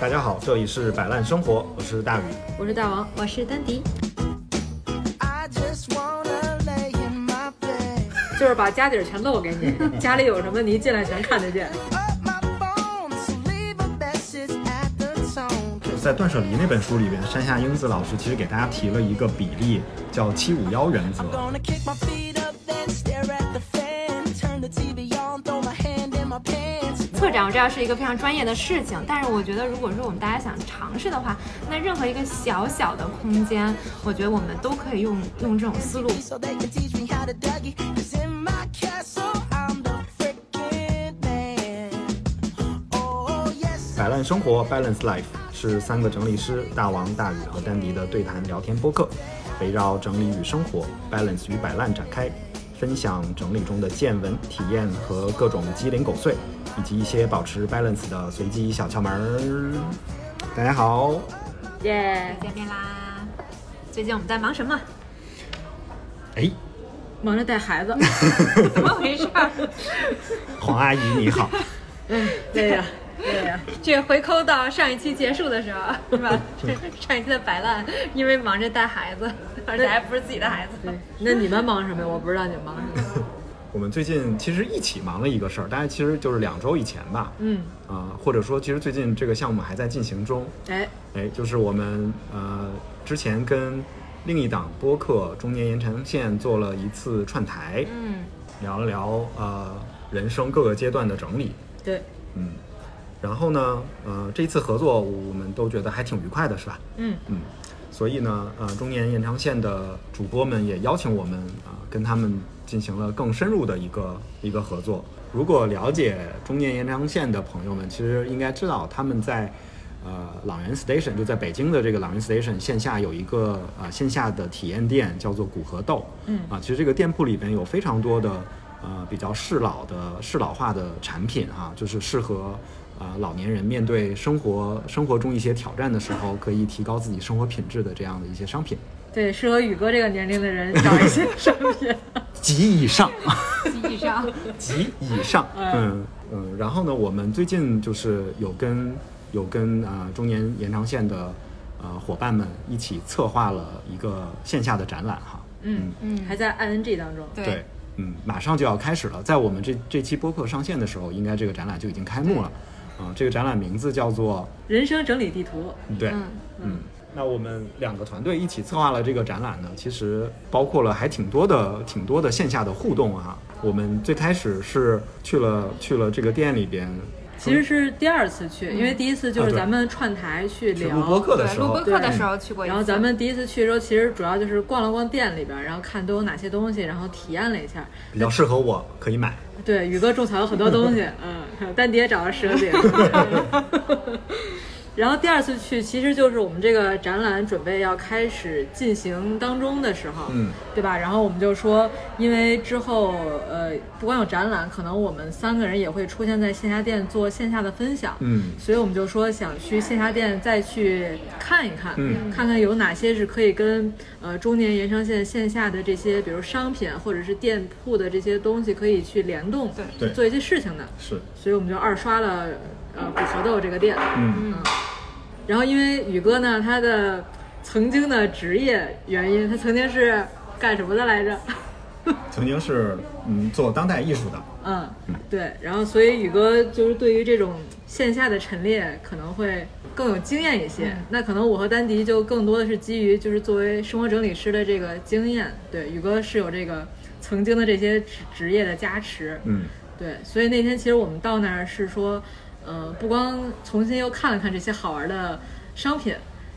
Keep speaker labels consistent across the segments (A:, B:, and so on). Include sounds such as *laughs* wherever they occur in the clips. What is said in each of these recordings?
A: 大家好，这里是摆烂生活，我是大宇。
B: 我是大王，我是丹迪，
C: I just wanna lay in my bed.
B: 就是把家底儿全露给你，家里有什么你一进来全看
D: *laughs*
B: 得见。
C: Up my bones, leave a message at the tone.
A: 在《断舍离》那本书里边，山下英子老师其实给大家提了一个比例，叫七五幺原则。
C: Gonna kick my feet up, then stare at the fan. Turn the TV on, throw my hand in my pants.
D: 策展我知道是一个非常专业的事情，但是我觉得如果说我们大家想尝试的话，那任何一个小小的空间，我觉得我们都可以用用这种思路
C: So they can teach me how to Dougie. Cause in my castle, I'm the freaking man. Oh, yes.
A: 摆烂生活 （Balance Life） 是三个整理师大王、大宇和丹迪的对谈聊天播客，围绕整理与生活 （Balance 与摆烂）展开，分享整理中的见闻、体验和各种鸡零狗碎，以及一些保持 balance 的随机小窍门儿。大家好，
B: 耶、
D: 见面啦。最近我们在忙什么？
A: 哎，
B: 忙着带孩子，
D: *laughs* 怎么回事
B: *laughs*
D: 儿？
A: 黄阿姨你好，
B: 对呀、对呀、
D: 这回扣到上一期结束的时候，是吧？这上一期的摆烂，因为忙着带孩子，而且还不是自己的孩子。
B: 那你们忙什么呀？我不知道你们忙什么。
A: 我们最近其实一起忙了一个事儿，大概其实就是两周以前吧，
B: 嗯，
A: 啊、或者说其实最近这个项目还在进行中，
B: 哎，
A: 哎，就是我们呃之前跟另一档播客《中年延长线》做了一次串台，
D: 嗯，
A: 聊了聊呃人生各个阶段的整理，
B: 对，
A: 嗯，然后呢，呃这一次合作我们都觉得还挺愉快的，是吧？
B: 嗯，
A: 嗯，所以呢，呃中年延长线的主播们也邀请我们啊、呃跟他们进行了更深入的一个一个合作。如果了解中年延长线的朋友们，其实应该知道他们在呃朗园 Station 就在北京的这个朗园 Station 线下有一个呃线下的体验店，叫做古河豆。
B: 嗯
A: 啊，其实这个店铺里边有非常多的呃比较适老的适老化的产品哈、就是适合。呃，老年人面对生活生活中一些挑战的时候，可以提高自己生活品质的这样的一些商品，
B: 对，适合宇哥这个年龄的人找一些商品。
A: 及以上。 *laughs*
D: 及以
B: *laughs*
D: 上。
A: 及以上。嗯嗯，然后呢，我们最近就是有跟有跟啊、呃中年延长线的呃伙伴们一起策划了一个线下的展览哈。
B: 嗯
D: 嗯
B: 还在 ING 当中。
D: 对
A: 对，嗯，马上就要开始了，在我们这这期播客上线的时候，应该这个展览就已经开幕了。啊、这个展览名字叫做
B: 人生整理地图，
A: 对，
D: 嗯
A: 嗯，那我们两个团队一起策划了这个展览呢，其实包括了还挺多的、挺多的线下的互动啊。我们最开始是去了去了这个店里边，
B: 其实是第二次去，因为第一次就
A: 啊
B: 是
A: 对
B: 咱们串台去
A: 去
B: 聊
A: 录播客的
D: 对，
A: 时
D: 录
A: 候
D: 播，课的时候去过一次。
B: 然后咱们第一次去的时候，其实主要就是逛了逛店里边儿，然后看都有哪些东西，然后体验了一下。
A: 比较适合我，可以买。
B: 对，宇哥种草了很多
A: *laughs*
B: 东西，嗯，丹迪也找了十个点。然后第二次去，其实就是我们这个展览准备要开始进行当中的时候，
A: 嗯，
B: 对吧？然后我们就说，因为之后呃，不光有展览，可能我们三个人也会出现在线下店做线下的分享，
A: 嗯
B: 所以我们就说想去线下店再去看一看，
A: 嗯
B: 看看有哪些是可以跟呃中年延长线线下的这些，比如商品啊或者是店铺的这些东西可以去联动，
D: 对
A: 对
B: 去做一些事情的。
A: 是，
B: 所以我们就二刷了呃古河豆这个店。
A: 嗯，
B: 然后因为宇哥呢，他的曾经的职业原因，他曾经是干什么的来着？
A: 曾经是嗯做当代艺术的，
B: 嗯，对。然后所以宇哥就是对于这种线下的陈列可能会更有经验一些。那可能我和丹迪就更多的是基于就是作为生活整理师的这个经验。对，宇哥是有这个曾经的这些职职业的加持。
A: 嗯
B: 对，所以那天其实我们到那儿是说，呃，不光重新又看了看这些好玩的商品，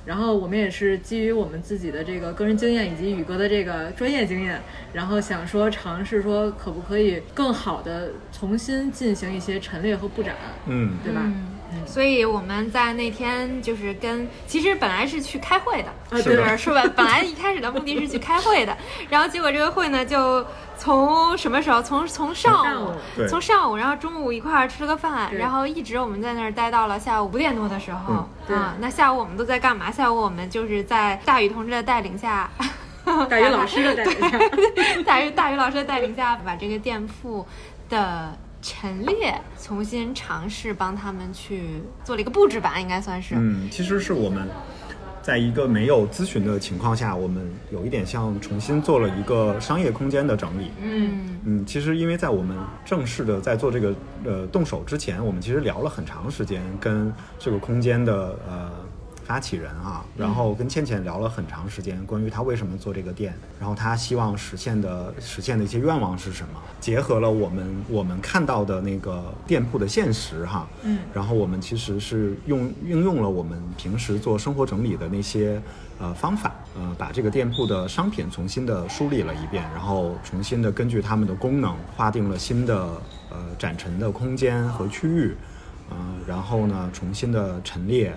B: 然后我们也是基于我们自己的这个个人经验以及宇哥的这个专业经验，然后想说尝试说可不可以更好的重新进行一些陈列和布展，
A: 嗯
B: 对吧？
D: 嗯，所以我们在那天就是跟，其实本来是去开会的，
B: 啊
D: 就
A: 对
D: 是是吧？本来一开始的目的是去开会
B: *laughs*
D: 的，然后结果这个会呢，就从什么时候？从从上
B: 上午
A: 对
D: 午，从上午，然后中午一块儿吃了个饭，
B: 对
D: 然后一直我们在那儿待到了下午五点多的时候。
A: 嗯
B: 对
D: 啊，那下午我们都在干嘛？下午我们就是在大宇同志的带领下，
B: 大
D: *laughs*
B: 宇老师的带领下，
D: 大宇大宇老师的带领下，把这个店铺的陈列重新尝试帮他们去做了一个布置吧，应该算是。
A: 嗯，其实是我们在一个没有咨询的情况下，我们有一点像重新做了一个商业空间的整理。
B: 嗯
A: 嗯，其实因为在我们正式的在做这个呃动手之前，我们其实聊了很长时间，跟这个空间的呃发起人啊，然后
B: 嗯
A: 跟倩倩聊了很长时间，关于她为什么做这个店，然后她希望实现的实现的一些愿望是什么，结合了我们我们看到的那个店铺的现实哈、
B: 嗯
A: 然后我们其实是用运用了我们平时做生活整理的那些呃方法，呃，把这个店铺的商品重新的梳理了一遍，然后重新的根据它们的功能划定了新的呃展陈的空间和区域，嗯、然呃后呢重新的陈列，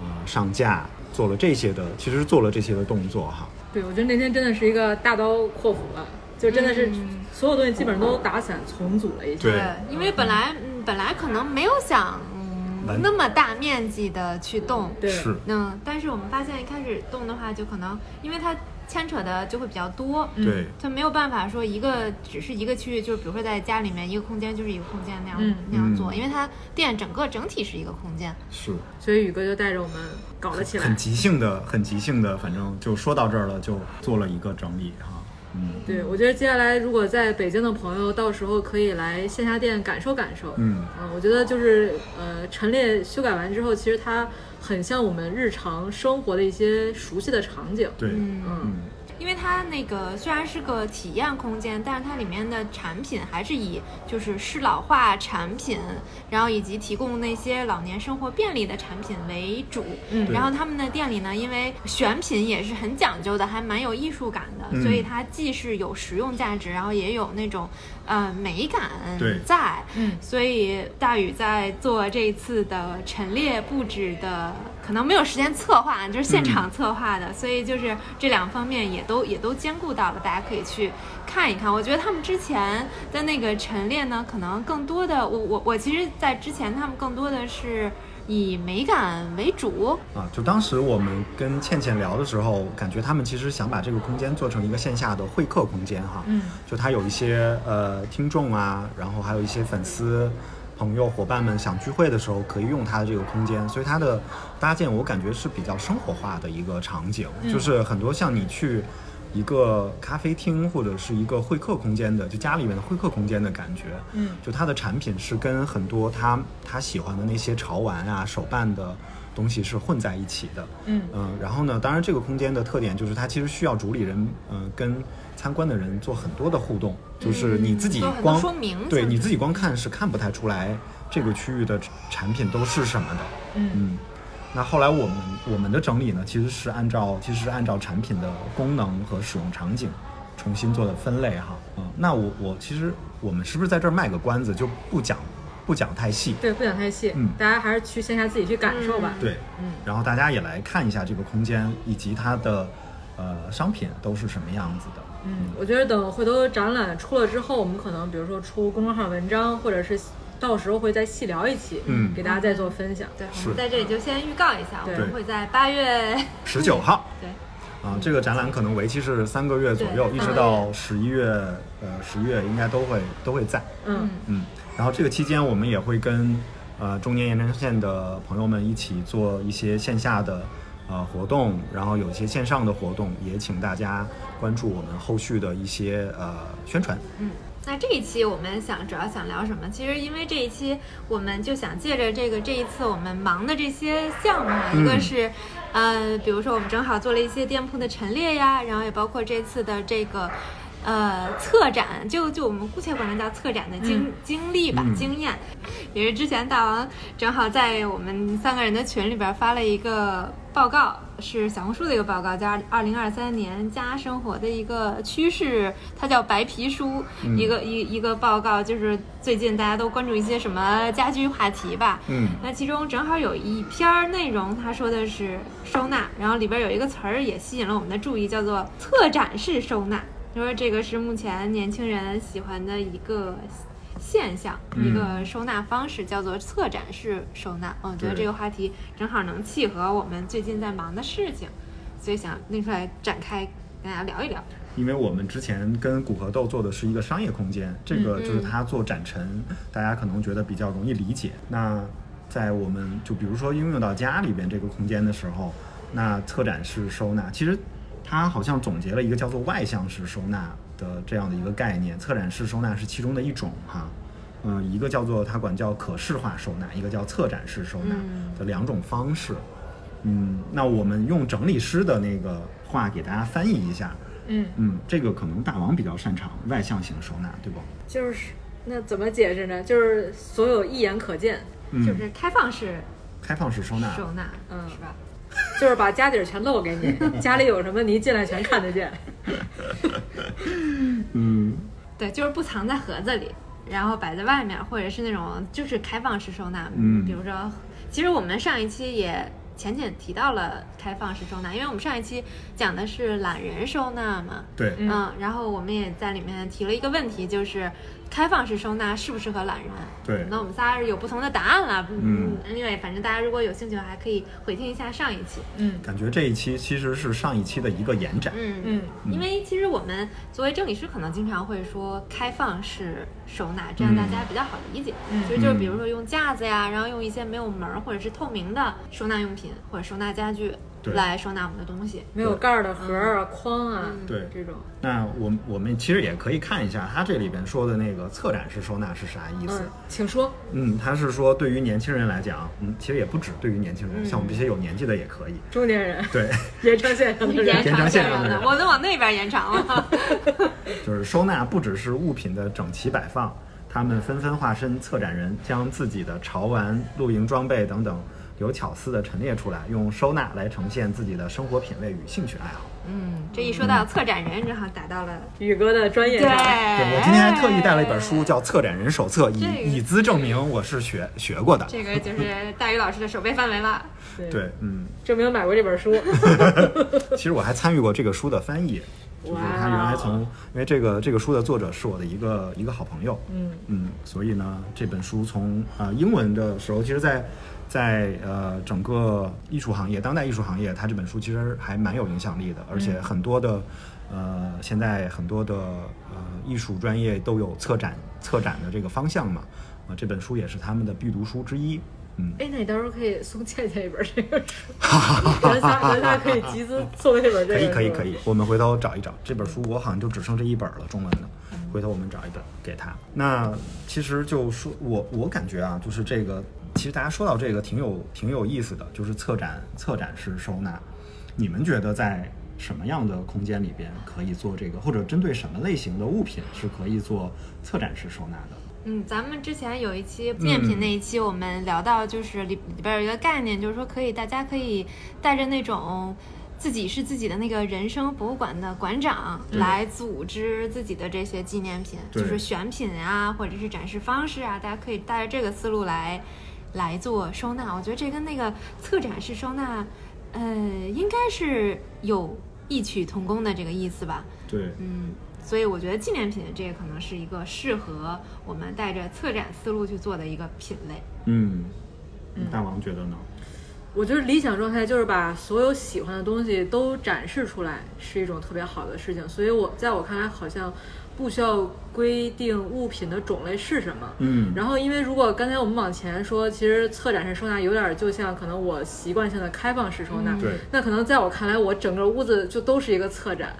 A: 呃上架，做了这些的，其实是做了这些的动作哈。
B: 对，我觉得那天真的是一个大刀阔斧吧，就真的是
D: 嗯
B: 所有东西基本上都打散重组了一下。
A: 对
D: 因为本来嗯本来可能没有想嗯
A: 完
D: 那么大面积的去动，
B: 对，
A: 是，
D: 嗯，但是我们发现一开始动的话，就可能因为它牵扯的就会比较多，
B: 嗯
A: 对，
D: 就没有办法说一个只是一个区域，就比如说在家里面一个空间就是一个空间那样、
B: 嗯
D: 那样做，
A: 嗯
D: 因为它店整个整体是一个空间，
A: 是。
B: 所以宇哥就带着我们搞了起
A: 很
B: 来。
A: 即兴的，很即兴的，反正就说到这儿了，就做了一个整理哈。嗯
B: 对，我觉得接下来如果在北京的朋友，到时候可以来线下店感受感受。
A: 嗯，
B: 嗯，我觉得就是呃，陈列修改完之后，其实它很像我们日常生活的一些熟悉的场景。
A: 对，
D: 嗯。
B: 嗯，
A: 嗯
D: 因为它那个虽然是个体验空间，但是它里面的产品还是以就是适老化产品，然后以及提供那些老年生活便利的产品为主。
B: 嗯
D: 然后他们的店里呢，因为选品也是很讲究的，还蛮有艺术感的，
A: 嗯
D: 所以它既是有实用价值，然后也有那种呃美感
A: 对
D: 在。
B: 嗯
D: 所以大宇在做这次的陈列布置的，可能没有时间策划，就是现场策划
B: 嗯
D: 的，所以就是这两方面也都也都兼顾到了，大家可以去看一看。我觉得他们之前的那个陈列呢，可能更多的，我我我其实，在之前他们更多的是以美感为主，
A: 啊，就当时我们跟倩倩聊的时候，感觉他们其实想把这个空间做成一个线下的会客空间哈。
B: 嗯，
A: 就他有一些呃听众啊，然后还有一些粉丝。朋友伙伴们想聚会的时候可以用它的这个空间，所以它的搭建我感觉是比较生活化的一个场景，
B: 嗯
A: 就是很多像你去一个咖啡厅或者是一个会客空间的，就家里面的会客空间的感觉，
B: 嗯
A: 就它的产品是跟很多他他喜欢的那些潮玩啊、手办的东西是混在一起的。
B: 嗯
A: 嗯，然后呢，当然这个空间的特点就是它其实需要主理人，嗯、跟参观的人做很多的互动，就是你自己
D: 嗯做很多
A: 光、
D: 说明
A: 对
D: 相
A: 你
D: 当
A: 自己光看是看不太出来这个区域的产品都是什么的。
B: 嗯
A: 嗯，那后来我们我们的整理呢，其实是按照其实是按照产品的功能和使用场景重新做的分类哈。嗯，那我我其实我们是不是在这儿卖个关子，就不讲不讲太细？
B: 对，不讲太细，
A: 嗯
B: 大家还是去线下自己去感受吧。
A: 对，
B: 嗯
A: 然后大家也来看一下这个空间以及它的呃商品都是什么样子的。
B: 嗯，我觉得等回头展览出了之后，我们可能比如说出公众号文章，或者是到时候会再细聊一期，
A: 嗯
B: 给大家再做分享。
D: 对，我
A: 是
D: 们在这里就先预告一下，我
B: 对
D: 们会在八月
A: 十九号。
D: 对
B: 嗯
A: 啊，这个展览可能为期是三个月左右，
D: 对
A: 一直到十一月，呃，十一月应该都会都会在。
B: 嗯
A: 嗯，然后这个期间我们也会跟呃中年延长线的朋友们一起做一些线下的呃活动，然后有一些线上的活动，也请大家关注我们后续的一些呃宣传。
D: 嗯，那这一期我们想主要想聊什么？其实因为这一期我们就想借着这个这一次我们忙的这些项目啊，
A: 嗯
D: 一个是呃，比如说我们正好做了一些店铺的陈列呀，然后也包括这次的这个。呃，策展就就我们姑且管它叫策展的经、
B: 嗯
D: 经历吧，
A: 嗯
D: 经验，也是之前大王正好在我们三个人的群里边发了一个报告，是小红书的一个报告，叫《二零二三年家生活的一个趋势》，它叫白皮书，
A: 嗯
D: 一个一一个报告，就是最近大家都关注一些什么家居话题吧。
A: 嗯
D: 那其中正好有一篇儿内容，他说的是收纳，然后里边有一个词儿也吸引了我们的注意，叫做策展式收纳。他说这个是目前年轻人喜欢的一个现象，
A: 嗯
D: 一个收纳方式，叫做策展式收纳。我觉得
A: 对
D: 这个话题正好能契合我们最近在忙的事情，所以想拎出来展开跟大家聊一聊。
A: 因为我们之前跟古河豆做的是一个商业空间，这个就是它做展陈，大家可能觉得比较容易理解。那在我们就比如说应用到家里边这个空间的时候，那策展式收纳其实它好像总结了一个叫做外向式收纳的这样的一个概念，策展式收纳是其中的一种哈。嗯，一个叫做它管叫可视化收纳，一个叫策展式收纳的两种方式。嗯，那我们用整理师的那个话给大家翻译一下。
B: 嗯，
A: 嗯，这个可能大王比较擅长外向型收纳，对不？
B: 就是那怎么解释呢？就是所有一眼可见，
A: 嗯，
D: 就是开放式
A: 开放式收纳。
D: 收纳，
B: 嗯
D: 是吧？
B: 就是把家底儿全露给
A: *laughs*
B: 你，家里有什么你一进来全看得见。
A: 嗯，
D: 对，就是不藏在盒子里，然后摆在外面，或者是那种就是开放式收纳。
A: 嗯
D: 比如说，其实我们上一期也浅浅提到了开放式收纳，因为我们上一期讲的是懒人收纳嘛。
A: 对，
B: 嗯
D: 嗯，然后我们也在里面提了一个问题，就是开放式收纳适不适合懒人？
A: 对
D: 那我们仨有不同的答案了。
A: 嗯，
D: 因为反正大家如果有兴趣，还可以回听一下上一期。
B: 嗯
A: 感觉这一期其实是上一期的一个延展。
D: 嗯
B: 嗯，
D: 因为其实我们作为整理师，可能经常会说开放式收纳，这
A: 嗯
D: 样大家比较好理解。
B: 嗯
D: 其实就是比如说用架子呀，然后用一些没有门儿或者是透明的收纳用品或者收纳家具
A: 对
D: 来收纳我们的
A: *laughs*
D: 东西。
B: 没有盖儿的盒儿
A: 嗯
B: 啊、框啊，
A: 对
B: 这种。
A: 那我们我们其实也可以看一下他这里边说的那个策展式收纳是啥意思。
B: 嗯，请说。
A: 嗯，他是说对于年轻人来讲，嗯，其实也不止对于年轻人，
D: 嗯
A: 像我们这些有年纪的也可以。
B: 中年人，
A: 对，
B: 盐城县城的
D: 延
B: 人，
D: 长
A: 延长
D: 线
A: 线上的
D: 的，
A: 人
D: 我都往那边延长
A: *laughs*
D: 了。
A: 就是收纳不只是物品的整齐摆放，他们纷纷化身策展人，将自己的潮玩、露营装备等等有巧思的陈列出来，用收纳来呈现自己的生活品味与兴趣爱好。
D: 嗯，这一说到策展人，正好达到了。
B: 宇哥的专业
D: 对，
B: 上，
A: 对
D: 我
A: 我今天还特意带了一本书，叫《策展人手册》，
D: 这个
A: 以以资证明我是学学过的。
D: 这个就是大宇老师的手背范围了。
B: 对，
A: 对，嗯，
B: 证明买过这本
A: *laughs*
B: 书。
A: 其实我还参与过这个书的翻译，就是他原来从，因为这个这个书的作者是我的一个一个好朋友，
B: 嗯
A: 嗯，所以呢，这本书从呃英文的时候，其实在，在呃整个艺术行业、当代艺术行业，它这本书其实还蛮有影响力的，而且很多的、呃现在很多的呃艺术专业都有策展策展的这个方向嘛，啊、这本书也是他们的必读书之一，嗯，
B: 哎，那你到时候可以送倩倩一本这个书，
A: *laughs*
B: 咱仨咱仨可以集资送一本
A: 可
B: 这个
A: 以
B: 书。
A: 可以可以，我们回头找一找这本书，我好像就只剩这一本了，中文的。回头我们找一本给他。那其实就说，我我感觉啊，就是这个，其实大家说到这个挺有挺有意思的，就是策展策展式收纳，你们觉得在什么样的空间里边可以做这个，或者针对什么类型的物品是可以做策展式收纳的？
D: 嗯，咱们之前有一期纪念品那一期，我们聊到就是里里边有一个概念，就是说可以大家可以带着那种自己是自己的那个人生博物馆的馆长来组织自己的这些纪念品，就
A: 对
D: 是选品啊，或者是展示方式啊，大家可以带着这个思路来来做收纳。我觉得这跟那个策展式收纳，呃，应该是有异曲同工的这个意思吧。
A: 对，
D: 嗯，所以我觉得纪念品这个可能是一个适合我们带着策展思路去做的一个品类。
A: 嗯，大王觉得呢？
B: 我觉得理想状态就是把所有喜欢的东西都展示出来，是一种特别好的事情。所以我在我看来，好像不需要规定物品的种类是什么。
A: 嗯，
B: 然后，因为如果刚才我们往前说，其实策展式收纳有点儿就像可能我习惯性的开放式收纳，
D: 嗯
A: 对
B: 那可能在我看来，我整个屋子就都是一个策
A: *laughs*
B: 展，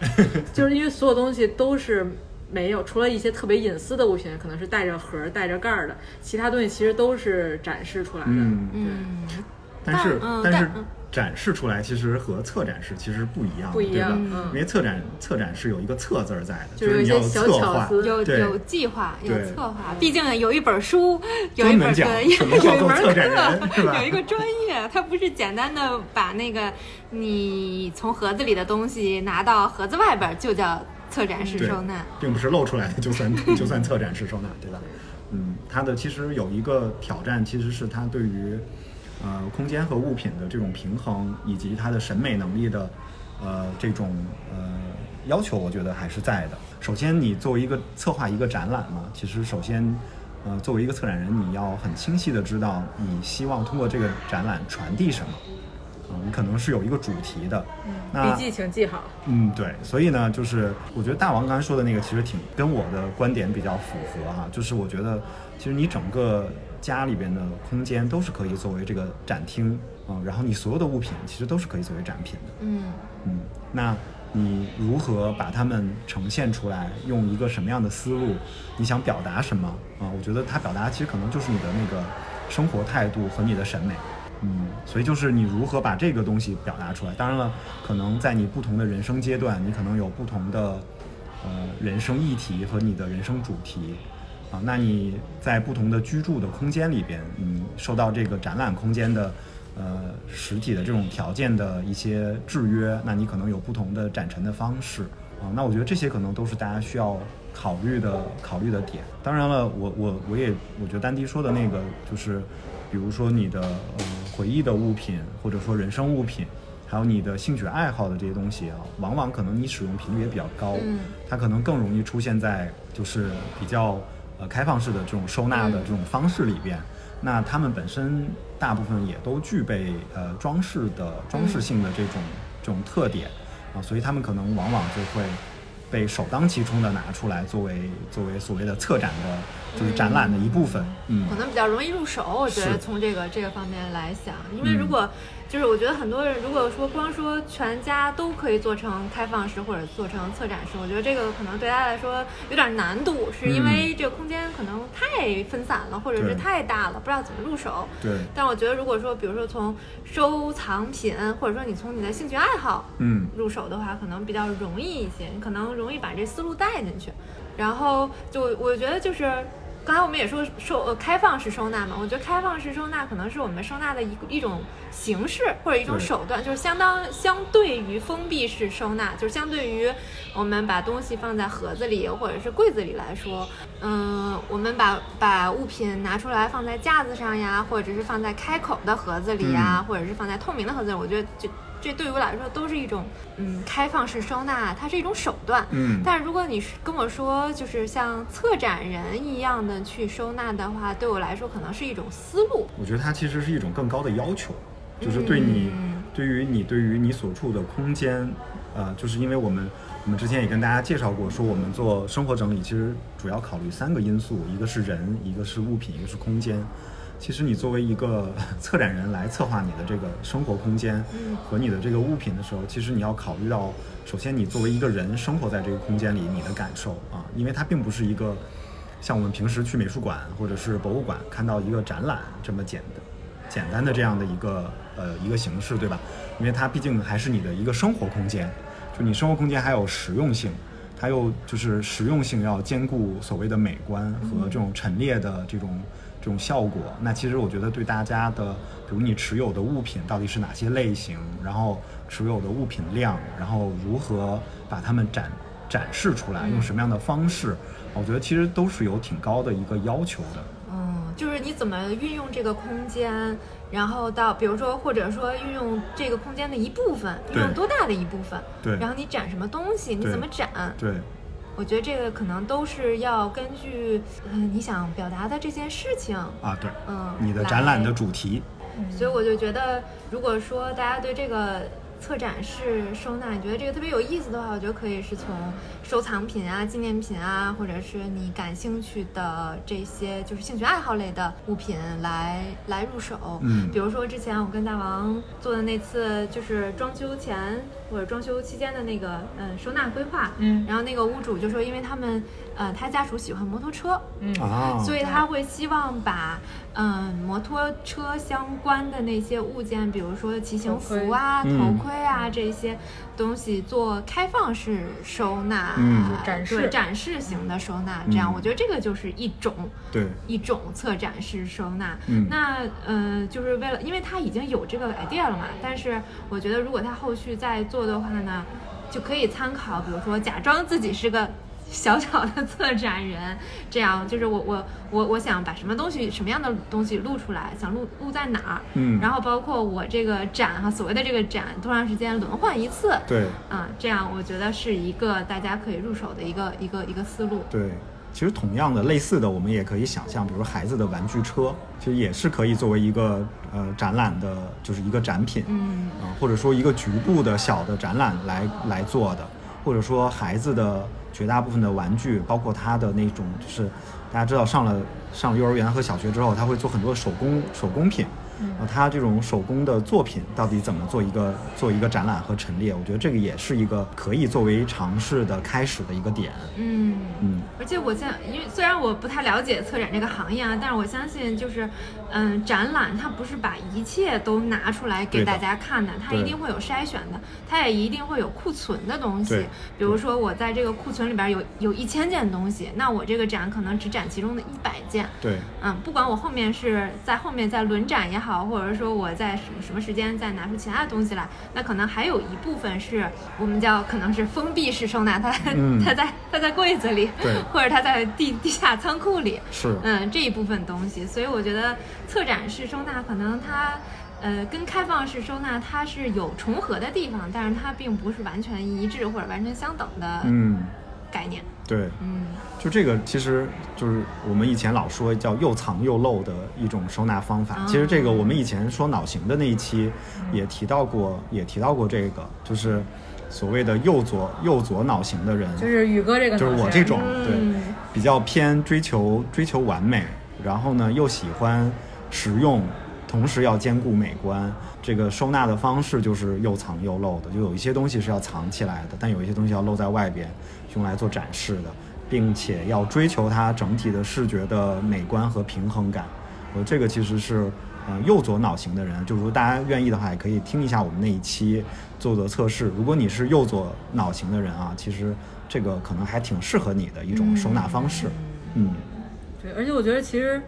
B: 就是因为所有东西都是没有，除了一些特别隐私的物品，可能是带着盒儿、带着盖儿的，其他东西其实都是展示出来的。
A: 嗯。
D: 嗯，
A: 但是、
D: 但嗯
A: 但是
D: 但嗯
A: 展示出来其实和策展是其实不一样的，
B: 不一样
A: 对吧
B: 嗯
A: 因为策展策展是有一个策字儿在的，
B: 就是是有一
A: 你
B: 些
A: 要
B: 小
A: 策
B: 巧
A: 划，
B: 思
D: 有
A: 对
D: 有计划，有
A: 对
D: 策划，毕竟有一本书，有一
A: 专
D: 本
A: 门
D: 课，
A: 讲
D: 有
A: 什么叫
D: 一
A: 做
D: 门
A: 策展人
D: *laughs*
A: 是
D: 课，
A: 吧
D: 有一个专业，它不是简单的把那个你从盒子里的东西拿到盒子外边儿就叫策展式
A: 嗯对
D: 收纳。
A: 并不是露出来的就算就算策展式收纳，对吧？嗯，它的其实有一个挑战，其实是它对于呃空间和物品的这种平衡，以及它的审美能力的呃这种呃要求，我觉得还是在的。首先，你作为一个策划一个展览嘛，其实首先呃作为一个策展人，你要很清晰的知道你希望通过这个展览传递什么。啊、我们可能是有一个主题的。那
B: 笔记请记好。
A: 嗯，对，所以呢，就是我觉得大王刚才说的那个其实挺跟我的观点比较符合哈、就是我觉得其实你整个家里边的空间都是可以作为这个展厅，嗯，然后你所有的物品其实都是可以作为展品的，
D: 嗯
A: 嗯，那你如何把它们呈现出来？用一个什么样的思路？你想表达什么？啊、我觉得它表达其实可能就是你的那个生活态度和你的审美。嗯，所以就是你如何把这个东西表达出来。当然了，可能在你不同的人生阶段，你可能有不同的呃人生议题和你的人生主题。啊，那你在不同的居住的空间里边，你受到这个展览空间的呃实体的这种条件的一些制约，那你可能有不同的展陈的方式啊。那我觉得这些可能都是大家需要考虑的考虑的点。当然了，我我我也我觉得丹迪说的那个就是，比如说你的呃回忆的物品，或者说人生物品。还有你的兴趣爱好的这些东西啊，往往可能你使用频率也比较高，
D: 嗯
A: 它可能更容易出现在就是比较呃开放式的这种收纳的这种方式里边。那它们本身大部分也都具备呃装饰的装饰性的这种、这种特点啊，所以它们可能往往就会被首当其冲的拿出来作为作为所谓的策展的，就是展览的一部分。嗯
D: 可能比较容易入手，我觉得
A: 是
D: 从这个这个方面来想，因为
A: 嗯
D: 如果、就是我觉得很多人如果说光说全家都可以做成开放式或者做成策展式，我觉得这个可能对大家来说有点难度，是因为这个空间可能太分散了，或者是
A: 嗯对
D: 太大了，不知道怎么入手。
A: 对，
D: 但我觉得，如果说，比如说从收藏品，或者说你从你的兴趣爱好
A: 嗯
D: 入手的话，可能比较容易一些，你可能容易把这思路带进去。然后就我觉得就是，刚才我们也说收呃开放式收纳嘛，我觉得开放式收纳可能是我们收纳的一一种形式或者一种
A: 对
D: 手段，就是相当相对于封闭式收纳，就是相对于我们把东西放在盒子里或者是柜子里来说，嗯，我们把把物品拿出来放在架子上呀，或者是放在开口的盒子里呀，
A: 嗯
D: 或者是放在透明的盒子里，我觉得这这对于我来说都是一种嗯开放式收纳，它是一种手段。
A: 嗯，
D: 但是如果你是跟我说，就是像策展人一样的去收纳的话，对我来说可能是一种思路。
A: 我觉得它其实是一种更高的要求，就是对你，
D: 嗯
A: 对于你，对于你所处的空间，呃，就是因为我们我们之前也跟大家介绍过，说我们做生活整理其实主要考虑三个因素，一个是人，一个是物品，一个是空间。其实你作为一个 *laughs* 策展人来策划你的这个生活空间和你的这个物品的时候，其实你要考虑到，首先你作为一个人生活在这个空间里，你的感受啊，因为它并不是一个像我们平时去美术馆或者是博物馆看到一个展览这么简单简单的这样的一个呃一个形式，对吧？因为它毕竟还是你的一个生活空间，就你生活空间还有实用性，它又就是实用性要兼顾所谓的美观和这种陈列的这种。这种效果，那其实我觉得对大家的，比如你持有的物品到底是哪些类型，然后持有的物品量，然后如何把它们展展示出来，用什么样的方式，我觉得其实都是有挺高的一个要求的。
D: 嗯，就是你怎么运用这个空间，然后到比如说，或者说运用这个空间的一部分，运
A: 对
D: 用多大的一部分，
A: 对
D: 然后你展什么东西，你
A: 对
D: 怎么展，
A: 对，
D: 我觉得这个可能都是要根据嗯、你想表达的这件事情，
A: 啊，对，
D: 嗯，
A: 你的
D: 来
A: 展览的主题，
B: 嗯
D: 所以我就觉得，如果说大家对这个策展式收纳，你觉得这个特别有意思的话，我觉得可以是从收藏品啊、纪念品啊，或者是你感兴趣的这些就是兴趣爱好类的物品来来入手。
A: 嗯
D: 比如说之前我跟大王做的那次，就是装修前或者装修期间的那个嗯收纳规划，
B: 嗯
D: 然后那个屋主就说，因为他们呃他家属喜欢摩托车，
B: 嗯
A: 啊，
D: 所以他会希望把嗯摩托车相关的那些物件，比如说骑行服啊、
A: 头盔嗯
D: 头盔啊、这些东西做开放式收纳，
A: 嗯
D: 对
B: 展示
D: 展示型的收纳。这样，
A: 嗯
D: 我觉得这个就是一种。
A: 对，
D: 一种策展式收纳。
A: 嗯
D: 那呃，就是为了，因为他已经有这个 idea 了嘛，但是我觉得如果他后续再做的话呢，就可以参考，比如说假装自己是个。小小的策展人，这样就是我我我我想把什么东西什么样的东西录出来，想录录在哪儿，
A: 嗯
D: 然后包括我这个展哈，所谓的这个展多长时间轮换一次，
A: 对，
D: 啊、这样我觉得是一个大家可以入手的一个一个一个思路。
A: 对，其实同样的类似的，我们也可以想象，比如孩子的玩具车，其实也是可以作为一个呃展览的，就是一个展品，
D: 嗯
A: 啊、或者说一个局部的小的展览来来做的，或者说孩子的绝大部分的玩具，包括他的那种，就是大家知道上了上幼儿园和小学之后，他会做很多手工手工品，
D: 嗯
A: 啊、他这种手工的作品到底怎么做一个做一个展览和陈列，我觉得这个也是一个可以作为尝试的开始的一个点，
D: 嗯。
A: 嗯。
D: 而且我现在，因为虽然我不太了解策展这个行业啊，但是我相信就是，嗯，展览它不是把一切都拿出来
A: 对
D: 给
A: 的
D: 大家看的，它
A: 对
D: 一定会有筛选的，它也一定会有库存的东西
A: 对。
D: 比如说我在这个库存里边有有一千件东西，那我这个展可能只展其中的一百件。
A: 对，
D: 嗯，不管我后面是在后面再轮展也好，或者说我在什么什么时间再拿出其他的东西来，那可能还有一部分是我们叫可能是封闭式收纳，它、
A: 嗯
D: *laughs* 它在它在柜子里
A: 对，
D: 或者它在地地下仓库里，
A: 是，
D: 嗯，这一部分东西。所以我觉得策展式收纳可能它。呃，跟开放式收纳它是有重合的地方，但是它并不是完全一致或者完全相等的
A: 嗯，
D: 概念。
A: 对，
D: 嗯
A: 就这个其实就是我们以前老说叫又藏又漏的一种收纳方法。
D: 啊
A: 其实这个我们以前说脑型的那一期也提到过，也提到过这个，就是所谓的右左右左脑型的人，
B: 就是宇哥这个，
A: 就是我这种，对，
D: 嗯，
A: 比较偏追求追求完美，然后呢又喜欢实用，同时要兼顾美观。这个收纳的方式就是又藏又露的，就有一些东西是要藏起来的，但有一些东西要露在外边，用来做展示的，并且要追求它整体的视觉的美观和平衡感。我呃这个其实是。嗯，右左脑型的人，就如果大家愿意的话，也可以听一下我们那一期做做测试。如果你是右左脑型的人啊，其实这个可能还挺适合你的一种收纳方式。嗯，
B: 对，而且我觉得其实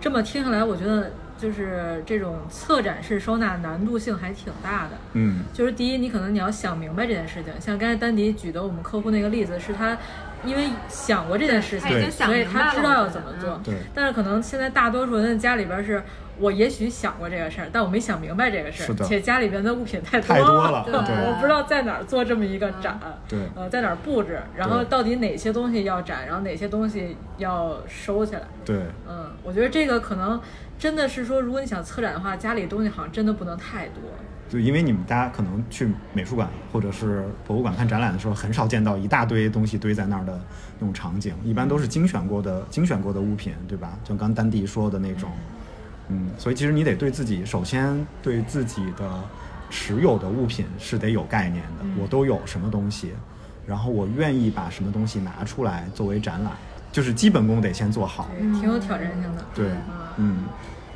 B: 这么听下来，我觉得就是这种策展式收纳难度性还挺大的。
A: 嗯，
B: 就是第一，你可能你要想明白这件事情，像刚才丹迪举的我们客户那个例子，是他因为想过这件事
D: 他
B: 情
D: 已
A: 对，
D: 经想
B: 所以
D: 明白了，
B: 他知道要怎么做
D: 嗯。
A: 对，
B: 但是可能现在大多数人的家里边是，我也许想过这个事儿，但我没想明白这个事
A: 是
B: 儿，
A: 的
B: 且家里边的物品太多
A: 太多了，
B: 对
A: 对
B: 我不知道在哪儿做这么一个展，
D: 嗯
A: 对
B: 呃，在哪儿布置，然后
A: 对
B: 到底哪些东西要展，然后哪些东西要收起来。
A: 对
B: 嗯，我觉得这个可能真的是说，如果你想策展的话，家里东西好像真的不能太多。
A: 就因为你们大家可能去美术馆或者是博物馆看展览的时候，很少见到一大堆东西堆在那儿的那种场景，一般都是精选过的、精选过的物品，对吧？就刚丹迪说的那种，嗯，所以其实你得对自己，首先对自己的持有的物品是得有概念
D: 嗯
A: 的，我都有什么东西，然后我愿意把什么东西拿出来作为展览，就是基本功得先做好，
B: 对，挺有挑战性的。
A: 对，
B: 嗯，
A: 嗯，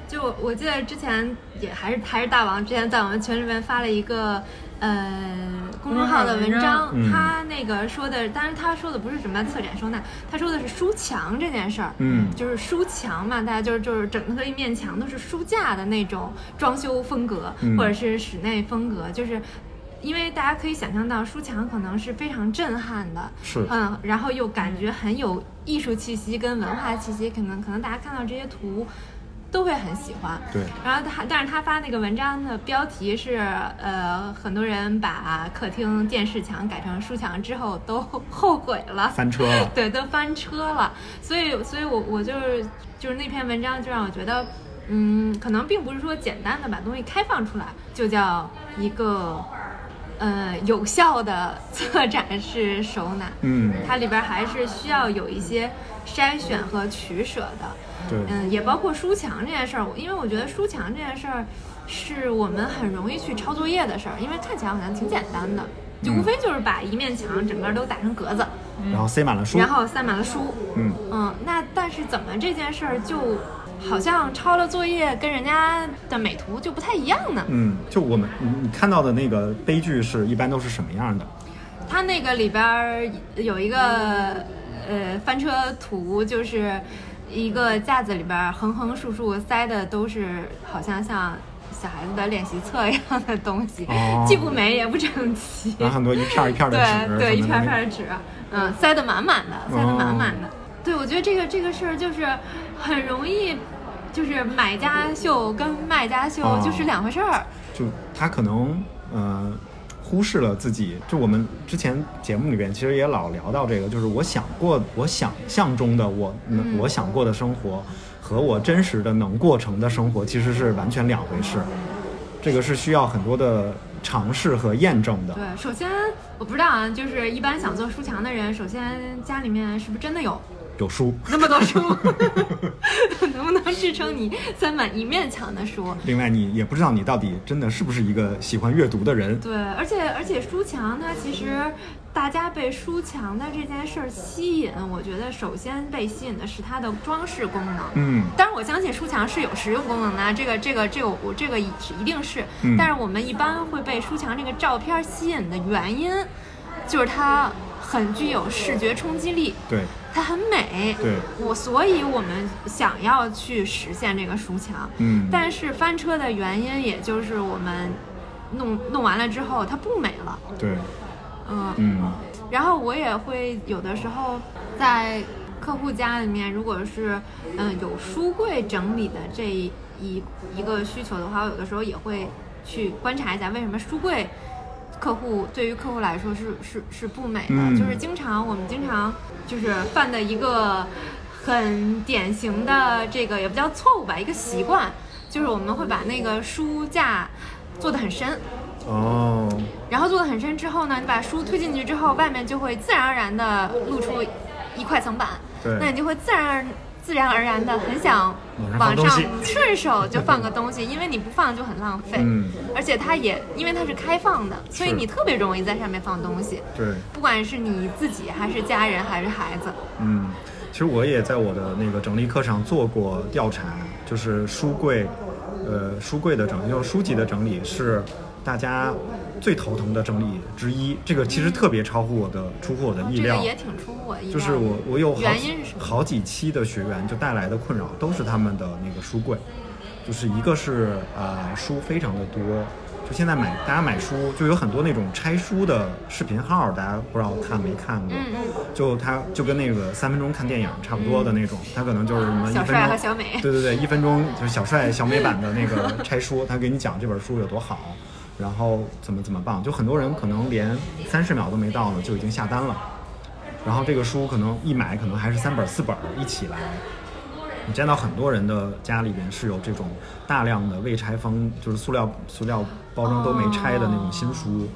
D: 就我我记得之前也还是还是大王之前在我们群里面发了一个呃公众号的文章，
A: 嗯
D: 他那个说的，当然他说的不是什么策展收纳，他说的是书墙这件事儿。
A: 嗯
D: 就是书墙嘛，大家就是就是整个一面墙都是书架的那种装修风格，
A: 嗯
D: 或者是室内风格，就是因为大家可以想象到书墙可能是非常震撼的，
A: 是
D: 嗯，然后又感觉很有艺术气息跟文化气息，可能可能大家看到这些图都会很喜欢。
A: 对。
D: 然后他，但是他发那个文章的标题是，呃，很多人把客厅电视墙改成书墙之后都 *laughs* 后悔了，
A: 翻车了，
D: 对，都翻车了。所以，所以我我就是就是那篇文章就让我觉得，嗯，可能并不是说简单的把东西开放出来就叫一个，呃，有效的策展式手拿。
A: 嗯，
D: 它里边还是需要有一些筛选和取舍的，
A: 对，
D: 嗯，也包括书墙这件事儿，我因为我觉得书墙这件事儿是我们很容易去抄作业的事儿，因为看起来好像挺简单的，就
A: 嗯
D: 无非就是把一面墙整个都打成格子，
A: 然后塞满了书，
D: 嗯然后塞满了书，
A: 嗯
D: 嗯，那但是怎么这件事儿就好像抄了作业跟人家的美图就不太一样呢？
A: 嗯，就我们你你看到的那个悲剧是一般都是什么样的？
D: 它那个里边儿有一个呃翻车图，就是一个架子里边儿横横竖竖塞的都是好像像小孩子的练习册一样的东西，
A: 哦
D: 既不美也不整齐。
A: 然后很多一片儿一片儿的纸，
D: 对对，一
A: 什么的哦
D: 片儿片儿的纸，嗯，塞得满满的，塞得满满的。对，我觉得这个这个事儿就是很容易，就是买家秀跟卖家秀
A: 哦
D: 就是两回事儿。
A: 就他可能呃忽视了自己。就我们之前节目里边其实也老聊到这个，就是我想过我想象中的我、
D: 嗯
A: 我想过的生活和我真实的能过成的生活其实是完全两回事，这个是需要很多的尝试和验证的。
D: 对，首先我不知道啊，就是一般想做书墙的人，首先家里面是不是真的有 *laughs*
A: 有书，
D: 那么多
A: *laughs*
D: 书，能不能支撑你塞满一面墙的书？
A: 另外你也不知道你到底真的是不是一个喜欢阅读的人。
D: 对，而且而且书墙它其实大家被书墙的这件事儿吸引，我觉得首先被吸引的是它的装饰功能。
A: 嗯，
D: 但是我相信书墙是有实用功能的啊，这个这个这个我这个是一定是
A: 嗯。
D: 但是我们一般会被书墙这个照片吸引的原因，就是它很具有视觉冲击力，
A: 对，
D: 它很美。
A: 对
D: 我所以我们想要去实现这个书墙。
A: 嗯，
D: 但是翻车的原因，也就是我们弄弄完了之后，它不美了。
A: 对，
D: 嗯，
A: 嗯
D: 然后我也会有的时候在客户家里面，如果是嗯有书柜整理的这一一个需求的话，我有的时候也会去观察一下为什么书柜。客户对于客户来说是是是不美的，
A: 嗯
D: 就是经常我们经常就是犯的一个很典型的这个也不叫错误吧，一个习惯，就是我们会把那个书架做得很深，
A: 哦，
D: 然后做的很深之后呢，你把书推进去之后，外面就会自然而然的露出一块层板，
A: 对
D: 那你就会自然而自然而然的很想
A: 往上放
D: 往
A: 东
D: 上
A: 西
D: 顺手就放个东西，因为你不放就很浪费，
A: 嗯
D: 而且它也因为它是开放的，所以
A: 是
D: 你特别容易在上面放东西，
A: 对。
D: 不管是你自己还是家人还是孩子，
A: 嗯，其实我也在我的那个整理课上做过调查，就是书柜，呃，书柜的整理，就是书籍的整理是大家最头疼的整理之一。这个其实特别超乎我的，出乎我的意
D: 嗯这个
A: 料。
D: 也挺出乎我意料的。
A: 就是我，我有好
D: 原因是什么？
A: 好几期的学员就带来的困扰都是他们的那个书柜，就是一个是呃书非常的多，就现在买大家买书就有很多那种拆书的视频号，大家不知道看没看过？
D: 嗯嗯
A: 就它就跟那个三分钟看电影差不多的那种，它可能就是什么一
D: 小
A: 分
D: 帅
A: 钟
D: 和小美嗯
A: 对对对，一分钟就是小帅小美版的那个拆书，他给你讲这本书有多好，然后怎么怎么棒，就很多人可能连三十秒都没到呢就已经下单了，然后这个书可能一买可能还是三本儿四本儿一起来。你见到很多人的家里边是有这种大量的未拆封，就是塑料塑料包装都
D: 哦
A: 没拆的那种新书，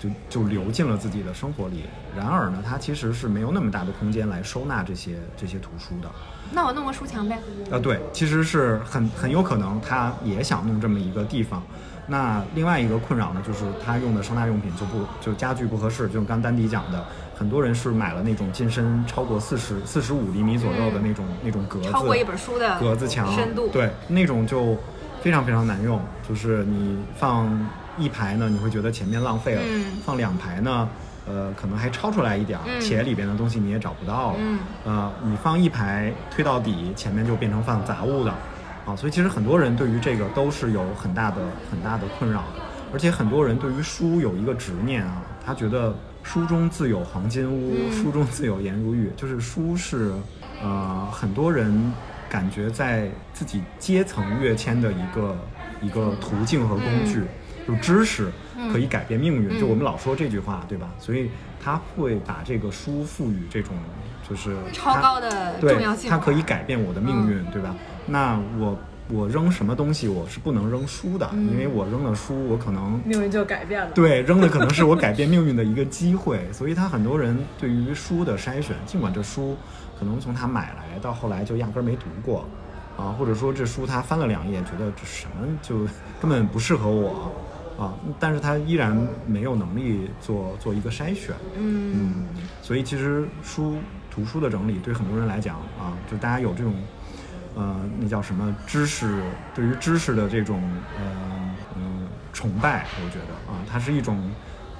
A: 就就流进了自己的生活里。然而呢，它其实是没有那么大的空间来收纳这些这些图书的。
D: 那我弄个书墙呗。
A: 呃，对，其实是很很有可能他也想弄这么一个地方。那另外一个困扰呢，就是他用的收纳用品就不就家具不合适，就刚丹迪讲的，很多人是买了那种进深超过四十四十五厘米左右的那种、那种格子，
D: 超过一本书的
A: 格子墙
D: 深度
A: 啊对，那种就非常非常难用，就是你放一排呢，你会觉得前面浪费了；
D: 嗯
A: 放两排呢，呃，可能还超出来一点儿，
D: 嗯
A: 且里边的东西你也找不到了。
D: 嗯
A: 呃，你放一排推到底，前面就变成放杂物的，啊，所以其实很多人对于这个都是有很大的很大的困扰的，而且很多人对于书有一个执念啊，他觉得书中自有黄金屋，
D: 嗯
A: 书中自有颜如玉，就是书是，呃，很多人感觉在自己阶层跃迁的一个一个途径和工具，
D: 嗯
A: 就是知识可以改变命运，就我们老说这句话，对吧？所以他会把这个书赋予这种就是
D: 超
A: 它
D: 高的
A: 对
D: 重要，性嗯
A: 它可以改变我的命运，对吧？那我我扔什么东西，我是不能扔书的，
D: 嗯
A: 因为我扔了书，我可能
B: 命运就改变了。
A: 对扔的可能是我改变命运的一个机会。所以，他很多人对于书的筛选，尽管这书可能从他买来到后来就压根儿没读过。啊，或者说这书他翻了两页，觉得这什么就根本不适合我啊，但是他依然没有能力做做一个筛选，嗯，所以其实书图书的整理对很多人来讲啊，就大家有这种，呃，那叫什么知识，对于知识的这种呃嗯、崇拜，我觉得啊，它是一种、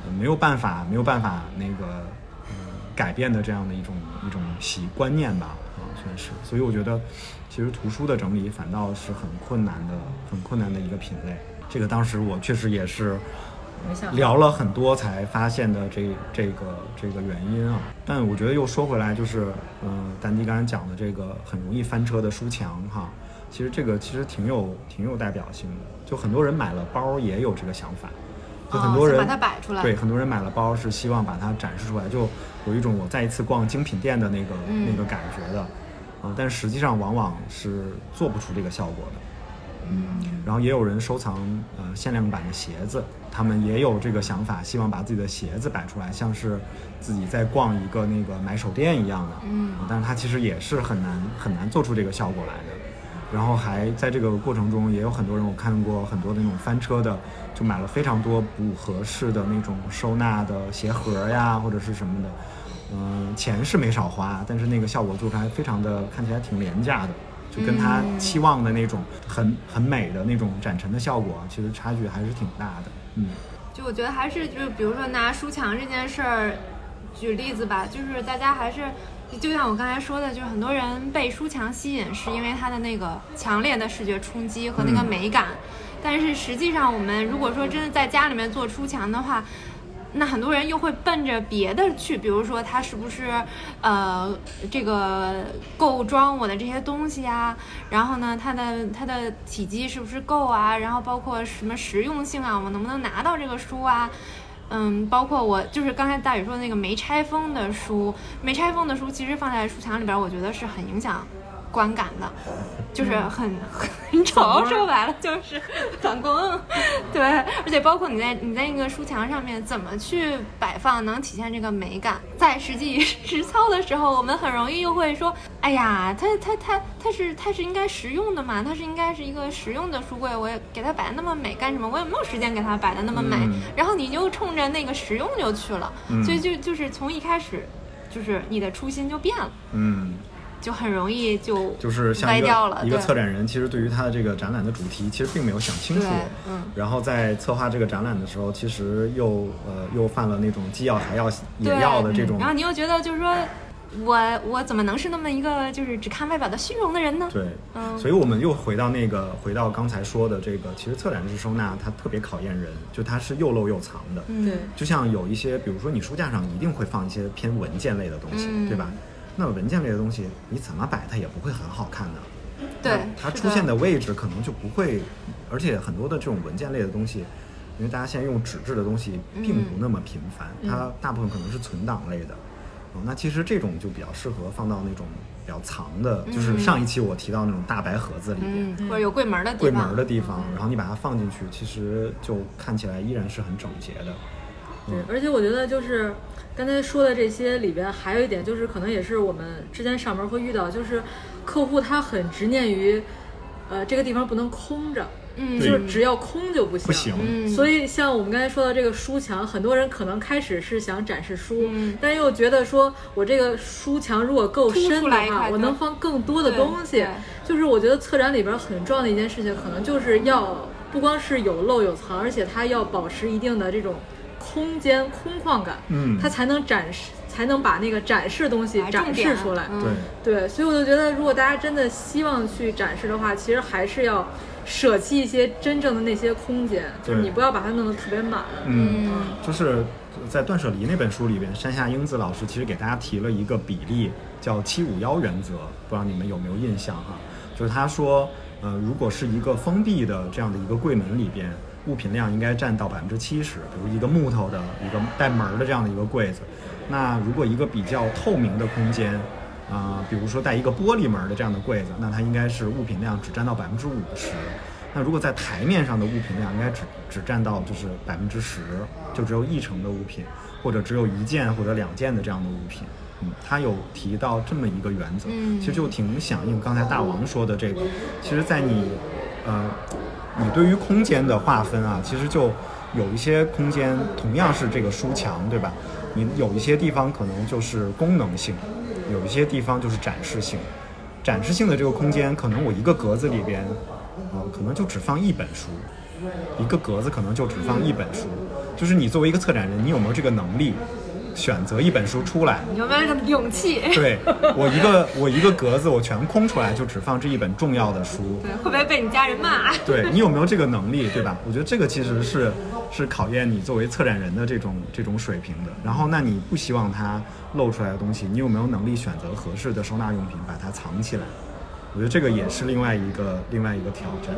A: 呃没有办法没有办法那个嗯改变的这样的一种一种习观念吧啊，算是。所以我觉得，其实图书的整理反倒是很困难的，很困难的一个品类。这个当时我确实也是
B: 没想到
A: 聊了很多才发现的这这个这个原因啊。但我觉得又说回来，就是嗯、呃丹迪刚才讲的这个很容易翻车的书墙哈，其实这个其实挺有挺有代表性的。就很多人买了包也有这个想法，就很多人、
D: 哦想把它摆出来
A: 对，很多人买了包是希望把它展示出来，就有一种我再一次逛精品店的那个、
D: 嗯
A: 那个感觉的，啊、但实际上往往是做不出这个效果的。嗯，然后也有人收藏呃限量版的鞋子，他们也有这个想法，希望把自己的鞋子摆出来，像是自己在逛一个那个买手店一样的。
D: 嗯
A: 啊但是它其实也是很难很难做出这个效果来的。然后还在这个过程中，也有很多人我看过很多那种翻车的，就买了非常多不合适的那种收纳的鞋盒呀，或者是什么的。嗯、钱是没少花，但是那个效果做出来非常的看起来挺廉价的，就跟他
D: 嗯
A: 期望的那种很很美的那种展陈的效果，其实差距还是挺大的。嗯，
D: 就我觉得还是就是比如说拿书墙这件事儿举例子吧，就是大家还是。就像我刚才说的，就是很多人被书墙吸引，是因为它的那个强烈的视觉冲击和那个
A: 嗯
D: 美感。但是实际上，我们如果说真的在家里面做书墙的话，那很多人又会奔着别的去，比如说他是不是呃这个够装我的这些东西啊，然后呢，它的它的体积是不是够啊，然后包括什么实用性啊，我能不能拿到这个书啊？嗯，包括我就是刚才大宇说的那个没拆封的书，没拆封的书其实放在书墙里边儿，我觉得是很影响观感的，就是很 *laughs* 很丑，嗯说白了 *laughs* 就是反光。对，而且包括你在你在那个书墙上面怎么去摆放，能体现这个美感。在实际 *laughs* 实操的时候，我们很容易又会说，哎呀，它它它它是它是应该实用的嘛，它是应该是一个实用的书柜，我也给它摆得那么美干什么？我也没有时间给它摆的那么美。
A: 嗯
D: 然后你就冲着那个实用就去了，
A: 嗯
D: 所以就就是从一开始，就是你的初心就变了，
A: 嗯，
D: 就很容易就
A: 就是像
D: 歪
A: 一
D: 掉了
A: 个一个
D: 对
A: 策展人，其实对于他的这个展览的主题，其实并没有想清楚
D: 对。嗯
A: 然后在策划这个展览的时候，其实又呃又犯了那种既要还要也
D: 对嗯
A: 要的这种
D: 然后你又觉得就是说我我怎么能是那么一个就是只看外表的虚荣的人呢？
A: 对，
D: 嗯
A: 所以我们又回到那个，回到刚才说的这个，其实策展式收纳它特别考验人，就它是又露又藏的。
D: 嗯
B: 对，
A: 就像有一些，比如说你书架上一定会放一些偏文件类的东西，
D: 嗯
A: 对吧？那文件类的东西你怎么摆它也不会很好看的，
D: 对，
A: 它嗯
D: 是
A: 出现的位置可能就不会，而且很多的这种文件类的东西，因为大家现在用纸质的东西
D: 嗯
A: 并不那么频繁，它大部分可能是存档类的。哦那其实这种就比较适合放到那种比较藏的，就是上一期我提到那种大白盒子里面。
D: 嗯，或者有柜门儿的地方，嗯
A: 柜门儿的地方，然后你把它放进去，其实就看起来依然是很整洁的。
D: 嗯
B: 对，而且我觉得就是刚才说的这些里边，还有一点就是，可能也是我们之间上门会遇到，就是客户他很执念于，呃，这个地方不能空着，
D: 嗯
B: 就是只要空就不行，
A: 不行，
D: 嗯，
B: 所以，像我们刚才说的这个书墙，很多人可能开始是想展示书，
D: 嗯
B: 但又觉得说我这个书墙如果够
D: 凸
B: 深
D: 出
B: 的
D: 来一
B: 话，
D: 块
B: 我
D: 对
B: 能放更多的
D: 对
B: 东西
D: 对。
B: 就是我觉得策展里边很重要的一件事情，可能就是要不光是有漏有藏，而且它要保持一定的这种空间空旷感，
A: 嗯
B: 它才能展示，才能把那个展示东西
D: 把重
B: 展示
D: 点
B: 出来。
D: 嗯
A: 对，
B: 对，所以我就觉得，如果大家真的希望去展示的话，其实还是要舍弃一些真正的那些空间，就是
A: 对
B: 你不要把它弄得特别满。
A: 嗯，
D: 嗯
A: 就是在断舍离那本书里边，山下英子老师其实给大家提了一个比例，叫七五幺原则，不知道你们有没有印象哈、就是他说，呃，如果是一个封闭的这样的一个柜门里边，物品量应该占到百分之七十，比如一个木头的一个带门儿的这样的一个柜子，那如果一个比较透明的空间。啊、比如说带一个玻璃门儿的这样的柜子，那它应该是物品量只占到百分之五十。那如果在台面上的物品量应该只只占到就是百分之十，就只有一成的物品，或者只有一件或者两件的这样的物品。嗯，他有提到这么一个原则，
D: 嗯
A: 其实就挺响应刚才大王说的这个。其实，在你呃，你对于空间的划分啊，其实就有一些空间同样是这个书墙，对吧？你有一些地方可能就是功能性，有一些地方就是展示性。展示性的这个空间，可能我一个格子里边，啊、可能就只放一本书，一个格子可能就只放一本书。就是你作为一个策展人，你有没有这个能力选择一本书出来？
D: 你有没有这个勇
B: *laughs*
D: 气？
A: 对我一个我一个格子我全空出来，就只放这一本重要的书。
D: 对，会不会被你家人骂？
A: 对你有没有这个能力，对吧？我觉得这个其实是是考验你作为策展人的这种这种水平的。然后，那你不希望它露出来的东西，你有没有能力选择合适的收纳用品把它藏起来？我觉得这个也是另外一个另外一个挑战。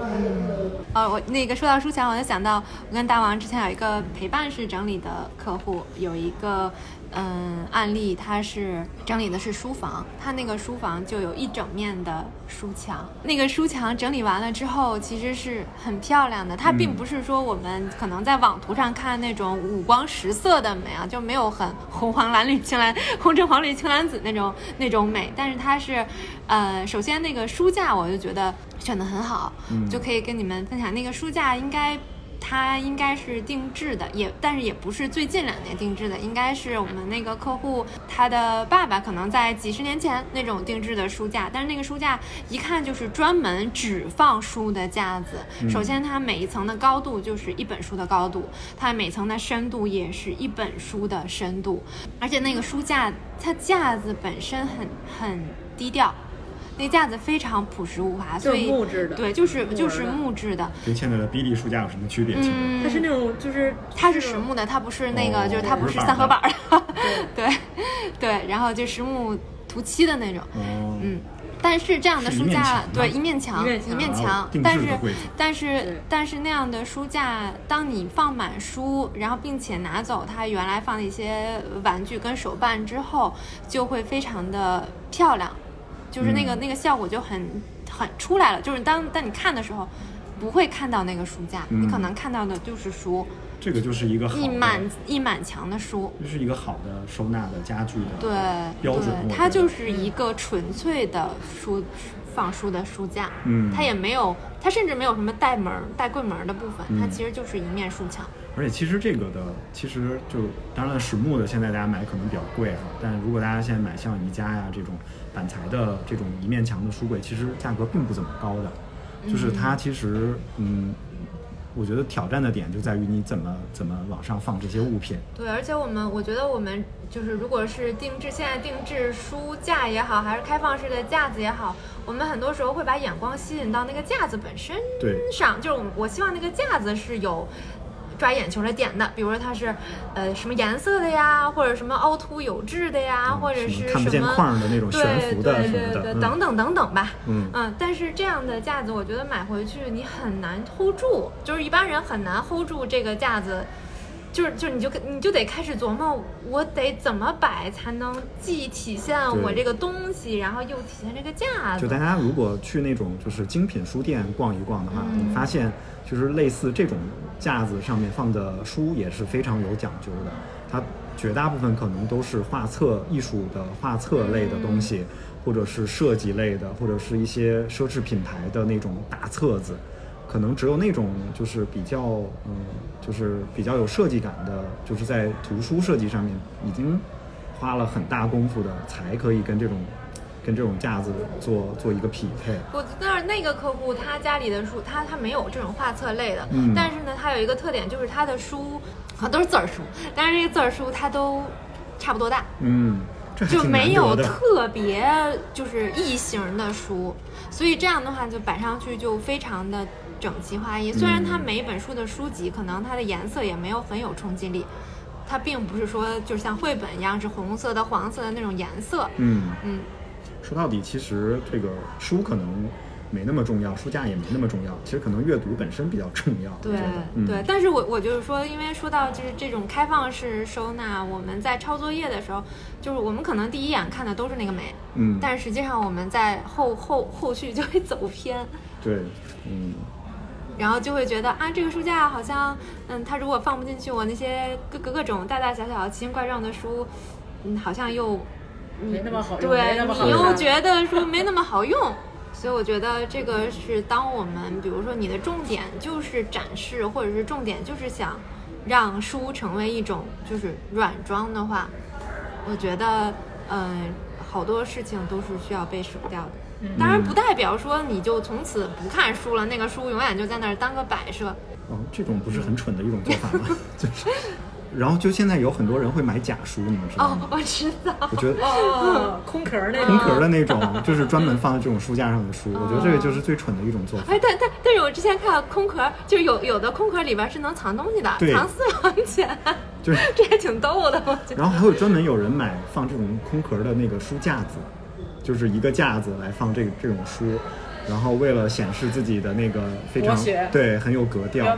D: 哦，我那个说到书墙，我就想到我跟大王之前有一个陪伴式整理的客户，有一个嗯案例，他是整理的是书房，他那个书房就有一整面的书墙，那个书墙整理完了之后，其实是很漂亮的，它并不是说我们可能在网图上看那种五光十色的美啊，就没有很 *laughs* 红黄蓝绿青蓝红橙黄绿青蓝紫那种那种美，但是它是呃，首先那个书架我就觉得选的很好，
A: 嗯
D: 就可以跟你们分享那个书架应该。它应该是定制的，也但是也不是最近两年定制的，应该是我们那个客户他的爸爸可能在几十年前那种定制的书架，但是那个书架一看就是专门只放书的架子。首先，它每一层的高度就是一本书的高度，它每层的深度也是一本书的深度，而且那个书架它架子本身很很低调。那架子非常朴实无华，
B: 就
D: 所
B: 是
D: 以
B: 木质的
D: 对，就是
B: 木纹
D: 就是
B: 的
D: 木质的，
A: 跟现在的 BD 书架有什么区别？其实
D: 嗯，
B: 它是那种就是
D: 它是实木的，它不是那个，
A: 哦
D: 就是它不是
A: 不是
D: 三合板
A: 板
D: 儿， *laughs* 对对，然后就实木涂漆的那种，
A: 哦，
D: 嗯。但是这样的
A: 是一
D: 书
A: 面墙
D: 架
A: 吗，
D: 对一面墙，
B: 一面墙
A: 哦定制
D: 但
A: 的
D: 是
A: 柜子
D: 但
B: 对
D: 是但是那样的书架，当你放满书，然后并且拿走它原来放的一些玩具跟手办之后，就会非常的漂亮，就是那个、
A: 嗯
D: 那个效果就很很出来了。就是当当你看的时候，不会看到那个书架，
A: 嗯
D: 你可能看到的就是书，
A: 这个就是一个好
D: 一
A: 的，
D: 满一满墙的书。
A: 就是一个好的收纳的家具的
D: 对
A: 标准
D: 对，
A: 我
D: 它
A: 觉得嗯
D: 就是一个纯粹的书放书的书架，
A: 嗯
D: 它也没有，它甚至没有什么带门儿、带柜门儿的部分，它
A: 嗯
D: 其实就是一面书墙。
A: 而且其实这个的，其实就当然实木的，现在大家买可能比较贵哈、但如果大家现在买像宜家呀这种板材的这种一面墙的书柜，其实价格并不怎么高的。就是它其实，嗯，我觉得挑战的点就在于你怎么怎么往上放这些物品。
D: 对，而且我们我觉得我们就是，如果是定制，现在定制书架也好，还是开放式的架子也好，我们很多时候会把眼光吸引到那个架子本身
A: 对
D: 上，就是我们我希望那个架子是有。抓眼球的点的，比如说它是，呃，什么颜色的呀，或者什么凹凸有致的呀，
A: 嗯
D: 啊或者
A: 什么
D: 是
A: 看不见
D: 什么
A: 框的那种
D: 对
A: 悬浮的
D: 对
A: 什么
D: 对
A: 的
D: 对
A: 嗯
D: 等等等等吧。
A: 嗯
D: 但是这样的架子，我觉得买回去你很难 hold 住，就是一般人很难 hold 住这个架子。就是就是你就你就得开始琢磨，我得怎么摆才能既体现我
A: 对
D: 这个东西，然后又体现这个架
A: 就大
D: 子。
A: 家如果去那种就是精品书店逛一逛的话，
D: 嗯
A: 你发现就是类似这种架子上面放的书也是非常有讲究的，它绝大部分可能都是画册、艺术的画册类的东西，或者是设计类的，或者是一些奢侈品牌的那种大册子。可能只有那种就是比较嗯，就是比较有设计感的，就是在图书设计上面已经花了很大功夫的，才可以跟这种跟这种架子做做一个匹配。
D: 我但是那个客户他家里的书，他他没有这种画册类的，
A: 嗯
D: 但是呢，他有一个特点就是他的书啊都是字儿书，但是这个字儿书它都差不多大，
A: 嗯，这还
D: 就
A: 挺
D: 没
A: 难
D: 有
A: 得的。
D: 特别就是异形的书，所以这样的话就摆上去就非常的整齐划一。虽然它
A: 嗯
D: 每一本书的书籍可能它的颜色也没有很有冲击力，它并不是说就像绘本一样是红色的、黄色的那种颜色。
A: 嗯，
D: 嗯，
A: 说到底，其实这个书可能没那么重要，书架也没那么重要。其实可能阅读本身比较重要。我
D: 对
A: 觉得嗯、
D: 对，但是我我就是说，因为说到就是这种开放式收纳，我们在抄作业的时候，就是我们可能第一眼看的都是那个美，
A: 嗯，
D: 但实际上我们在后后后续就会走偏。
A: 对，嗯，
D: 然后就会觉得啊，这个书架好像，嗯，它如果放不进去我那些各各各种大大小小奇形怪状的书，嗯，好像又
B: 没那么好用，没
D: 对
B: 那么好
D: 你又
B: 看
D: 觉得说没那么好用， *laughs* 所以我觉得这个是当我们比如说你的重点就是展示，或者是重点就是想让书成为一种就是软装的话，我觉得嗯、好多事情都是需要被舍掉的。
B: 嗯
D: 当然不代表说你就从此不看书了，那个书永远就在那儿当个摆设。
A: 哦，这种不是很蠢的一种做法吗？ *laughs* 就是，然后就现在有很多人会买假书，你们
B: 嗯
A: 知道
D: 哦
A: 吗，？
D: 我知道。
A: 我觉得
B: 哦， *laughs* 空壳儿那
A: 空
B: 种。
A: 壳的那种，就是专门放在这种书架上的书，我觉得这个就是最蠢的一种做法。
D: 哎，但但但是我之前看到空壳，就是有有的空壳里边是能藏东西的，
A: 对
D: 藏私房钱，
A: 就是，
D: *laughs* 这还挺逗的，我觉得。
A: 然后还会专门有人买放这种空壳的那个书架子，就是一个架子来放这个这种书，然后为了显示自己的那个非常
B: 国学
A: 对很有格
B: 渊
A: 调，
B: 博。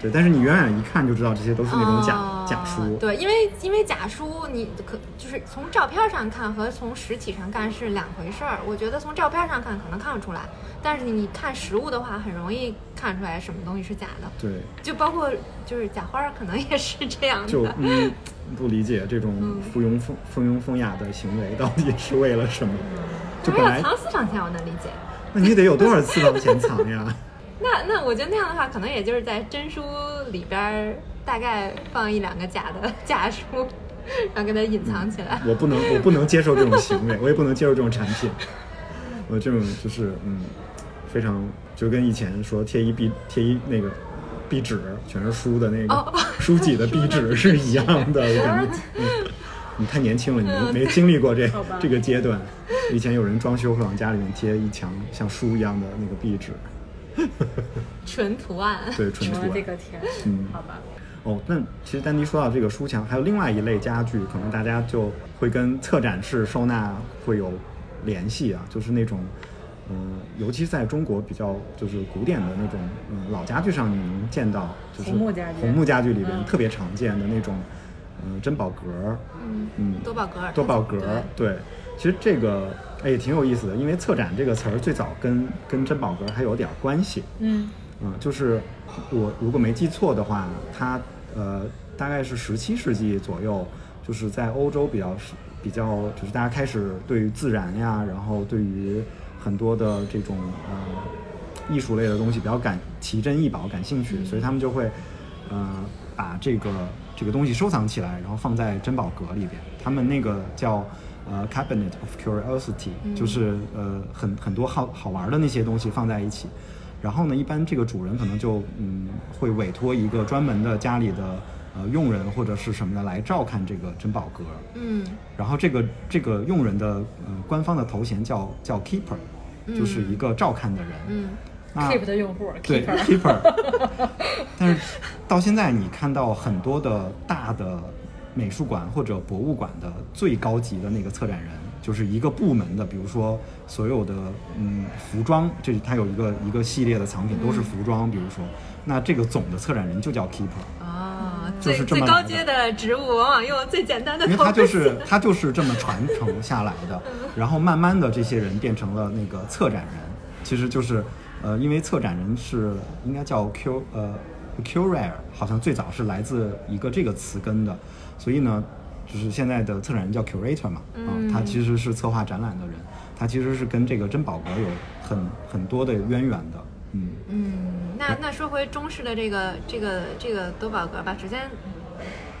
A: 对，但是你远远一看就知道这些都是那种假、
D: 哦
A: 假书，
D: 对，因为因为假书你可就是从照片上看和从实体上看是两回事儿。我觉得从照片上看可能看不出来，但是你看实物的话，很容易看出来什么东西是假的。
A: 对，
D: 就包括就是假花儿，可能也是这 *laughs* 样
A: 就
D: 的。
A: 嗯不理解这种附庸风附庸风雅的行为到底是为了什么，就
D: 如
A: 本
D: 果要
A: 来
D: 哎藏私房钱，我能理解。
A: 那你得有多少私房钱藏呀？
D: 那那我觉得那样的话，可能也就是在真书里边儿大概放一两个假的假书，然后给它隐藏起来。
A: 我不能，我不能接受这种行为，我也不能接受这种产品。我这种就是嗯，非常就跟以前说贴一壁贴一那个壁纸，全是书的那个、
D: 哦
A: 书籍的壁纸是一样的。我感觉、嗯、你太年轻了，你没没经历过这
B: 好吧
A: 这个阶段。以前有人装修会往家里面贴一墙像书一样的那个壁纸，
D: 纯图案。
A: 对，纯啊
B: 我
A: 图
B: 的
A: 案。
B: 个天，
A: 嗯
B: 好吧，
A: 哦，那其实丹迪说到这个书墙，还有另外一类家具，可能大家就会跟策展式收纳会有联系啊，就是那种，嗯、尤其在中国比较就是古典的那种，嗯、老家具上你能见到，就是
B: 红木家具
A: 红木家具里边
B: 嗯
A: 特别常见的那种，嗯、珍宝格儿，
D: 嗯，
A: 嗯，
D: 多宝格尔。
A: 多宝格儿，对，其实这个哎也挺有意思的，因为策展这个词儿最早跟跟珍宝格儿还有点儿关系，
B: 嗯，
A: 嗯，就是我如果没记错的话，它呃大概是十七世纪左右，就是在欧洲比较是比较，就是大家开始对于自然呀，然后对于很多的这种呃艺术类的东西比较感奇珍异宝感兴趣，所以他们就会呃把这个这个东西收藏起来，然后放在珍宝阁里边。他们那个叫呃 cabinet of curiosity，、就是呃很很多好好玩的那些东西放在一起。然后呢，一般这个主人可能就嗯会委托一个专门的家里的呃佣人或者是什么的来照看这个珍宝阁。
D: 嗯，
A: 然后这个这个佣人的呃官方的头衔叫叫 keeper，就是一个照看的人。
D: 嗯，
A: 那
B: keep 的用户
A: 对
B: keeper
A: keeper，但是到现在你看到很多的大的美术馆或者博物馆的最高级的那个策展人，就是一个部门的，比如说所有的嗯服装，就是它有一个一个系列的藏品都是服装，比如说那这个总的策展人就叫 keeper。
D: 啊，
A: 就
D: 最
A: 是这
D: 最
A: 么
D: 高
A: 来的
D: 阶的植物往往用最简单的
A: *laughs* 因为
D: 头
A: 它就
D: 饰。
A: 是它就是这么传承下来的，然后慢慢的这些人变成了那个策展人，其实就是呃，因为策展人是应该叫 Q 呃 curator，好像最早是来自一个这个词根的，所以呢，就是现在的策展人叫 curator 嘛，啊、他其实是策划展览的人，他其实是跟这个珍宝阁有很很多的渊源的，嗯，
D: 嗯，那那说回中式的这个这个这个多宝格吧，首先。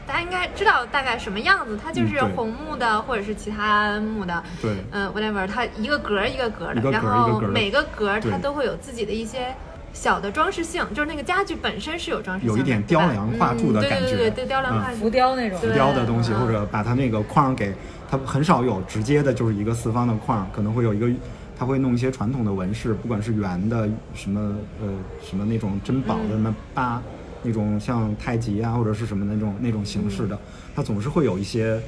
D: 大家应该知道大概什么样子，它就是
A: 嗯对
D: 红木的或者是其他木的，
A: 对
D: 嗯、w h a t e v e r 它一个格儿一个格儿
A: 一个格
D: 的，
A: 儿
D: 然后
A: 一个格儿的
D: 每个格儿它
A: 对
D: 都会有自己的一些小的装饰性，就是那个家具本身是有装饰性
A: 有
D: 的，
A: 一点
D: 对吧
A: 雕梁画柱的
D: 嗯
A: 感觉
D: 对对对对，雕梁画
B: 浮
D: 柱，
B: 雕那种，
D: 对
A: 雕的东西，
D: 嗯
A: 或者把它那个框给它很少有直接的，就是一个四方的框，可能会有一个，它会弄一些传统的纹饰，不管是圆的什么呃什么那种珍宝的什么八、那种像太极啊或者是什么那种那种形式的，它总是会有一些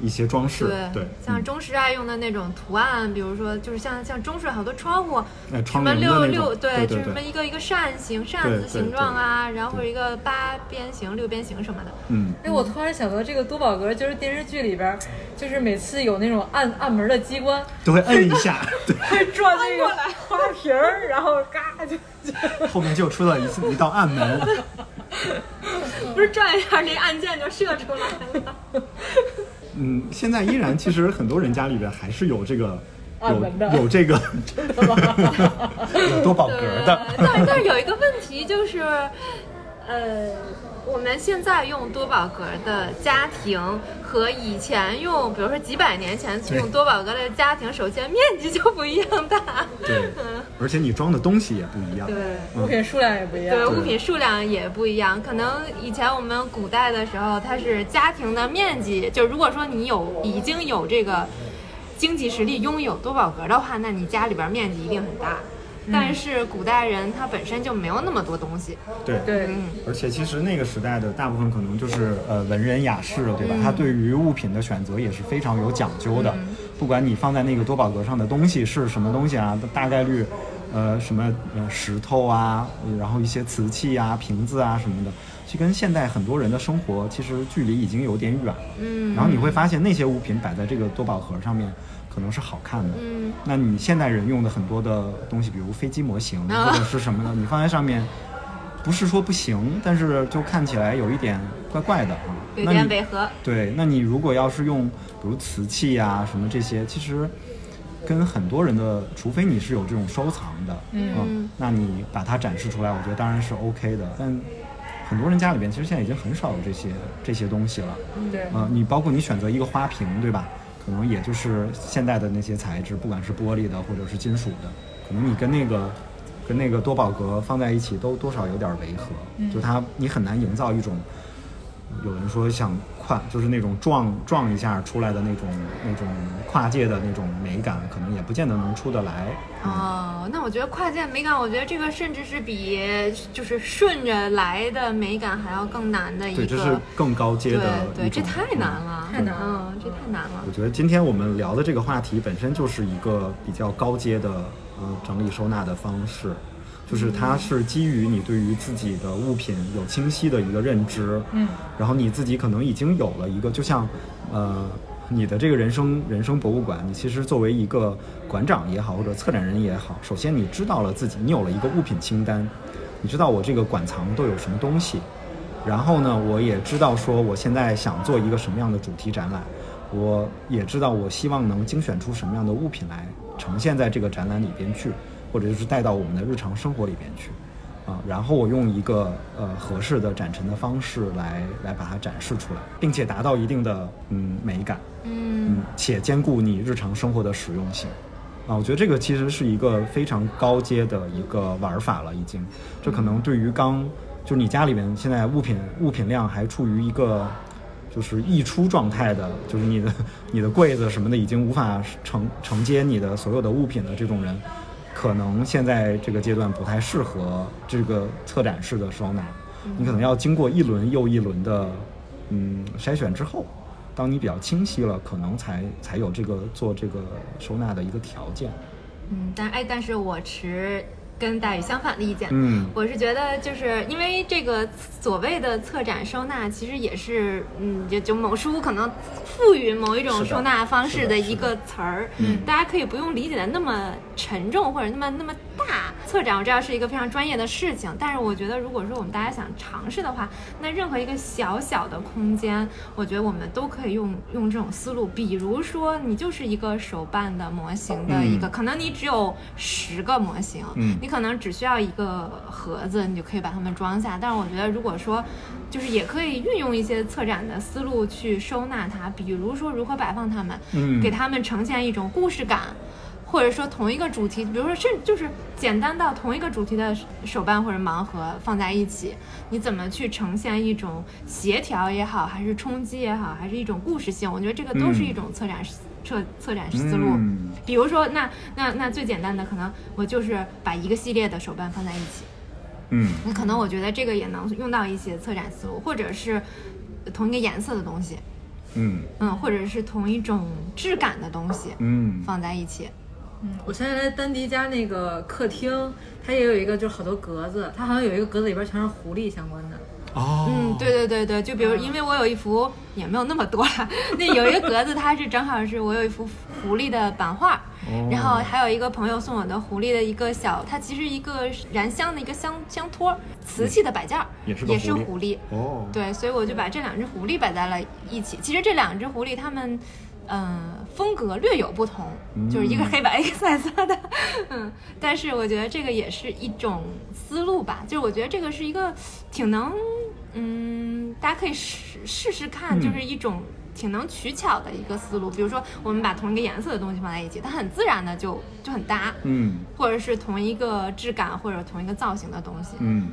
A: 一些装饰，对，
D: 像
A: 嗯
D: 中式爱用的那种图案，比如说就是像像中式好多窗户，
A: 哎
D: 什
A: 窗
D: 么
A: 帘的
D: 六
A: 那
D: 六
A: 种，对
D: 就
A: 对
D: 是什么
A: 对，
D: 一个一个扇形、扇
A: 对
D: 子
A: 对
D: 形状啊，然后
A: 对
D: 一个八边形、六边形什么的。
A: 嗯，
B: 哎，我突然想到，这个多宝格就是电视剧里边儿，就是每次有那种按按门的机关，
A: 都会摁一下，对，
B: 会转那个花瓶儿，然后嘎就就
A: 后面就出了一次一道暗门，
D: 不是转一下那按键就射出来
A: *laughs*
D: 了。
A: 嗯，现在依然其实很多人家里边还是有这
B: *laughs*
A: 个。
B: 暗啊门的
A: 有有
B: *laughs*
A: 这个， *laughs* 有多宝格儿的，
D: 呃
B: *laughs*
D: 但但是有一个问题就是，呃，我们现在用多宝格的家庭和以前用，比如说几百年前用多宝格的家庭，首先面积就不一样大，
A: 对，而且你装的东西也不一样。
D: 对。
B: 物品数量也不一样
D: 对，。物品数量也不一样。可能以前我们古代的时候，它是家庭的面积，就如果说你有已经有这个经济实力拥有多宝格的话，那你家里边面积一定很大。但是古代人他本身就没有那么多东西，
A: 对
B: 对，嗯
A: 而且其实那个时代的大部分可
D: 嗯
A: 能就是呃文人雅士了，对吧？他对于物品的选择也是非常有讲究的，不管你放在那个多宝格上的东西是什么东西啊，大概率，呃，什么呃石头啊，然后一些瓷器啊、瓶子啊什么的，其实跟现代很多人的生活其实距离已经有点远了。
D: 嗯
A: 然后你会发现那些物品摆在这个多宝盒上面，可能是好看的。
D: 嗯
A: 那你现代人用的很多的东西，比如飞机模型
D: 啊
A: 或者是什么的，你放在上面，不是说不行，但是就看起来有一点怪怪的啊。
D: 有
A: 那
D: 点
A: 你
D: 违和。
A: 对，那你如果要是用比如瓷器呀、什么这些，其实跟很多人的，除非你是有这种收藏的，啊
B: 嗯
A: 那你哦把它展示出来，我觉得当然是 OK 的。但很多人家里边其实现在已经很少有这些这些东西了。
B: 对，
A: 呃，你包括你选择一个花瓶，对吧？可能也就是现代的那些材质，不管是玻璃的或者是金属的，可能你跟那个跟那个多宝格放在一起都多少有点违和，
D: 嗯
A: 就它你很难营造一种有人说想跨，就是那种撞撞一下出来的那种那种跨界的那种美感，可能也不见得能出得来。
D: 哦，那我觉得跨界美感，我觉得这个甚至是比就是顺着来的美感还要更难的一
A: 对，
D: 个。
A: 这是更高阶
D: 对
A: 的
D: 对，
A: 一
D: 这
A: 种
D: 太难了，
B: 太难了
D: 嗯，这太难了
A: 我。觉得今天我们聊的这个话题本身就是一个比较高阶的呃整理收纳的方式，就是它是基于你对于自己的物品有清晰的一个认知，
B: 嗯，
A: 然后你自己可能已经有了一个，就像呃你的这个人生人生博物馆，你其实作为一个馆长也好，或者策展人也好，首先你知道了自己，你有了一个物品清单，你知道我这个馆藏都有什么东西，然后呢，我也知道说我现在想做一个什么样的主题展览，我也知道我希望能精选出什么样的物品来呈现在这个展览里边去，或者就是带到我们的日常生活里边去，啊，然后我用一个呃合适的展陈的方式来来把它展示出来，并且达到一定的嗯美感，
D: 嗯
A: 嗯，且兼顾你日常生活的实用性。啊，我觉得这个其实是一个非常高阶的一个玩法了，已经。这可能对于刚就是你家里面现在物品物品量还处于一个就是溢出状态的，就是你的你的柜子什么的已经无法承承接你的所有的物品的这种人，可能现在这个阶段不太适合这个策展式的收纳。你可能要经过一轮又一轮的嗯筛选之后，当你比较清晰了，可能才才有这个做这个收纳的一个条件。
D: 嗯，但哎，但是我持跟大宇相反的意见。
A: 嗯
D: 我是觉得，就是因为这个所谓的策展收纳，其实也是，嗯，也就某书可能赋予某一
A: 是
D: 种
A: 的
D: 收纳方
A: 是
D: 式
A: 的
D: 的
A: 是
D: 一
A: 的
D: 个词儿
A: 嗯，
D: 大家可以不用理解的那么沉重或者那么那么大。策展我知道是一个非常专业的事情，但是我觉得，如果说我们大家想尝试的话，那任何一个小小的空间，我觉得我们都可以用用这种思路。比如说，你就是一个手办的模型的一个，
A: 嗯
D: 可能你只有十个模型，
A: 嗯
D: 你可能只需要一个盒子，你就可以把它们装下。但是我觉得，如果说就是也可以运用一些策展的思路去收纳它，比如说如何摆放它们，
A: 嗯
D: 给它们呈现一种故事感，或者说同一个主题，比如说甚就是简单到同一个主题的手办或者盲盒放在一起，你怎么去呈现一种协调也好，还是冲击也好，还是一种故事性？我觉得这个都是一种策展思策策展思路。
A: 嗯
D: 比如说，那那那最简单的，可能我就是把一个系列的手办放在一起，
A: 嗯
D: 那可能我觉得这个也能用到一些策展思路，或者是同一个颜色的东西，
A: 嗯
D: 嗯，或者是同一种质感的东西
A: 嗯
D: 放在一起。
B: 嗯，我现在在丹迪家那个客厅，它也有一个，就是好多格子，它好像有一个格子里边全是狐狸相关的。
A: 哦
D: 嗯，对对对嗯对，就比如因为我有一幅也没有那么多 *laughs* 了，那有一个格子它是正好是我有一幅狐狸的版画，
A: 哦
D: 然后还有一个朋友送我的狐狸的一个小，它其实一个燃香的一个香香托，瓷器的摆件儿，
A: 也是个
D: 也是
A: 狐狸
D: 狐狸，
A: 哦，
D: 对，所以我就把这两只狐狸摆在了一起。其实这两只狐狸它们，嗯、风格略有不同，就是一个
A: 嗯
D: 黑白，一个彩色的， *laughs* 嗯。但是我觉得这个也是一种思路吧，就是我觉得这个是一个挺能，嗯，大家可以试试试看，就
A: 嗯
D: 是一种。挺能取巧的一个思路，比如说我们把同一个颜色的东西放在一起，它很自然的就就很搭，
A: 嗯
D: 或者是同一个质感或者同一个造型的东西，
A: 嗯，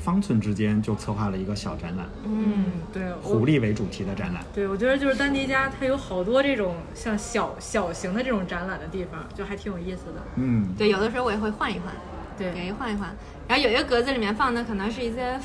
A: 方寸之间就策划了一个小展览，
D: 嗯，
B: 对，我
A: 狐狸为主题的展览。
B: 对，我觉得就是丹迪家，它有好多这种像小小型的这种展览的地方，就还挺有意思的。
A: 嗯
D: 对，有的时候我也会换一换，
B: 对
D: 也换一换。然后有一个格子里面放的可能是一些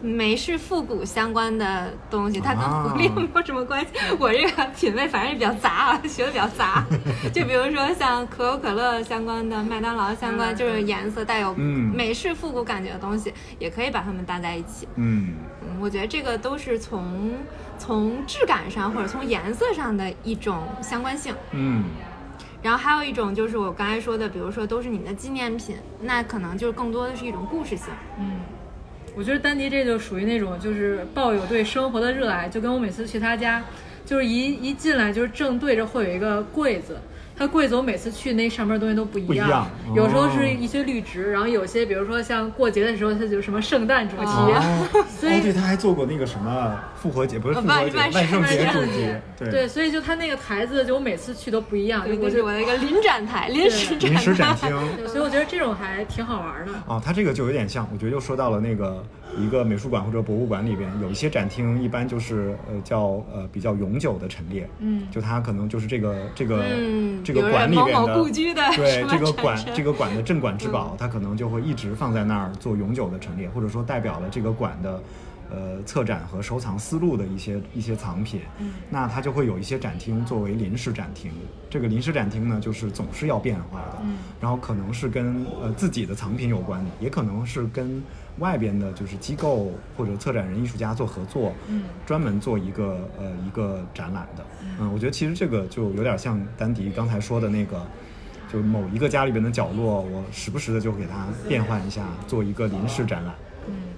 D: 梅式复古相关的东西，它跟
A: 啊
D: 狐狸没有什么关系。我这个品味反正是比较杂啊，学的比较杂。就比如说像可口可乐相关的、麦当劳相关，
B: 嗯
D: 就是颜色带有
A: 嗯
D: 美式复古感觉的东西，也可以把它们搭在一起。
A: 嗯
D: 嗯，我觉得这个都是从从质感上或者从颜色上的一种相关性。
A: 嗯
D: 然后还有一种就是我刚才说的，比如说都是你们的纪念品，那可能就是更多的是一种故事性。
B: 嗯，我觉得丹迪这就属于那种就是抱有对生活的热爱，就跟我每次去他家，就是一一进来就是正对着会有一个柜子。他柜子我每次去那上面东西都不一
A: 不一样
B: 有时候
A: 哦
B: 是一些绿植，然后有些比如说像过节的时候，它就是什么圣诞主题，
A: 哦，
D: *laughs*
B: 所以
A: 哦，对，他还做过那个什么复活节，不是
D: 呃
A: 复活节，
D: 万万
A: 万圣节
D: 万
A: 主
D: 圣
A: 题
D: 节，
A: 对，
B: 所以就他那个台子，就我每次去都不一样，
D: 对，
B: 就我
D: 就是
B: 就
D: 我的一个临展台、临时展
A: 临时展
D: 台。
A: 厅。
B: 对所以我觉得这种还挺好玩的。
A: 啊，它这个就有点像，我觉得又说到了那个一个美术馆或者博物馆里边，有一些展厅一般就是呃叫呃比较永久的陈列，
B: 嗯
A: 就它可能就是这个这个、
D: 嗯
A: 这
D: 比
A: 个
D: 如
A: 馆里
D: 某
A: 边
D: 某
A: 的
D: 故居的
A: 对
D: 什么
A: 这个
D: 陈
A: 馆
D: 设
A: 这个馆的镇馆之宝，它可能就会一直放在那儿做永久的陈列，或者说代表了这个馆的。呃，策展和收藏思路的一些一些藏品，那它就会有一些展厅作为临时展厅。这个临时展厅呢，就是总是要变化的，然后可能是跟呃自己的藏品有关的，也可能是跟外边的就是机构或者策展人、艺术家做合作，
B: 嗯
A: 专门做一个呃一个展览的。嗯，我觉得其实这个就有点像丹迪刚才说的那个。就某一个家里边的角落，我时不时的就给它变换一下，做一个临时展览。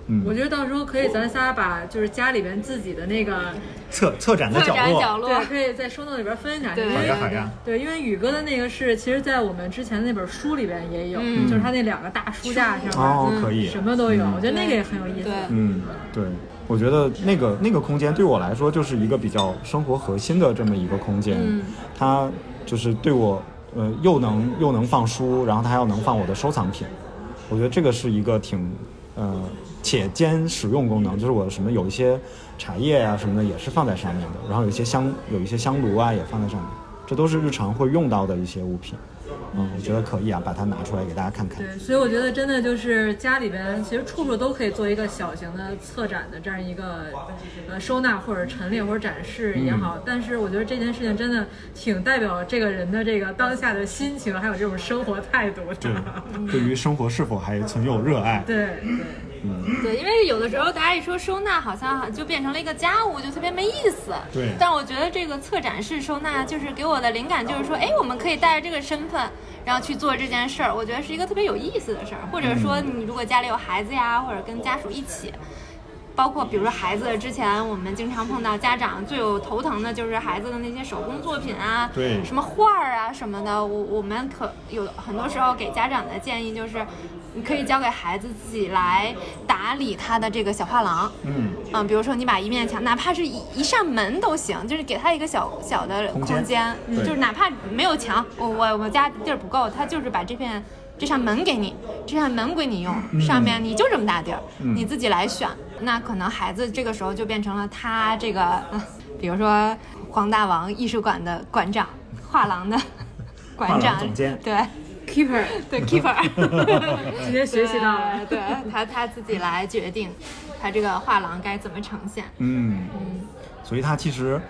A: 嗯
B: 我觉得到时候可以咱仨把就是家里边自己的那个，
A: 策策展的
D: 策
A: 角
D: 展
A: 落，
D: 角落，
B: 对，可以在收弄里边分享，
D: 对
B: 因
A: 好
B: 为
A: 呀好呀，
B: 对，因为宇哥的那个是，其实，在我们之前那本书里边也有，
D: 嗯
B: 就是他那两个大书架上面，
A: 哦，
D: 嗯
A: 可以，
B: 什么都有，我觉得那个
D: 对
B: 也很有意思。
D: 对
A: 嗯，对，我觉得那个那个空间对我来说就是一个比较生活核心的这么一个空间，
D: 嗯
A: 它就是对我呃又能又能放书，然后它还要能放我的收藏品，我觉得这个是一个挺呃且兼使用功能，就是我什么有一些茶叶啊什么的也是放在上面的，然后有一些香有一些香炉啊也放在上面，这都是日常会用到的一些物品，嗯，我觉得可以啊，把它拿出来给大家看看。
B: 对，所以我觉得真的就是家里边，其实处处都可以做一个小型的策展的这样一个呃收纳或者陈列或者展示也好。但是我觉得这件事情真的挺代表这个人的这个当下的心情，还有这种生活态度的。
A: 对，对于生活是否还存有热爱？
B: 对对
D: 对，因为有的时候大家一说收纳，好像就变成了一个家务，就特别没意思。
A: 对
D: 但我觉得这个策展式收纳，就是给我的灵感就是说，哎，我们可以带着这个身份，然后去做这件事儿，我觉得是一个特别有意思的事儿。或者说，你如果家里有孩子呀，或者跟家属一起。包括比如说孩子，之前我们经常碰到家长最有头疼的就是孩子的那些手工作品啊，
A: 对
D: 什么画儿啊什么的，我我们可有很多时候给家长的建议就是，你可以交给孩子自己来打理他的这个小画廊，
A: 嗯。
D: 嗯，比如说你把一面墙，哪怕是一一扇门都行，就是给他一个小小的
A: 空
D: 空
A: 间
D: 间，嗯
A: 对
D: 就是哪怕没有墙，我我我家地儿不够，他就是把这片这扇门给你，这扇门归你用，上面你就这么大地儿，
A: 嗯
D: 你自己来选。那可能孩子这个时候就变成了他这个， *laughs* 嗯比如说黄大王艺术馆的馆长，画廊的 *laughs*
A: 画
D: 馆
A: 廊
D: 长，
A: 总监
D: 对
B: ，keeper
D: 对 keeper。 *laughs*
B: 今天学习到了。
D: 对
B: *laughs*
D: 对他他自己来决定，他这个画廊该怎么呈现。
A: 嗯，所以他其实，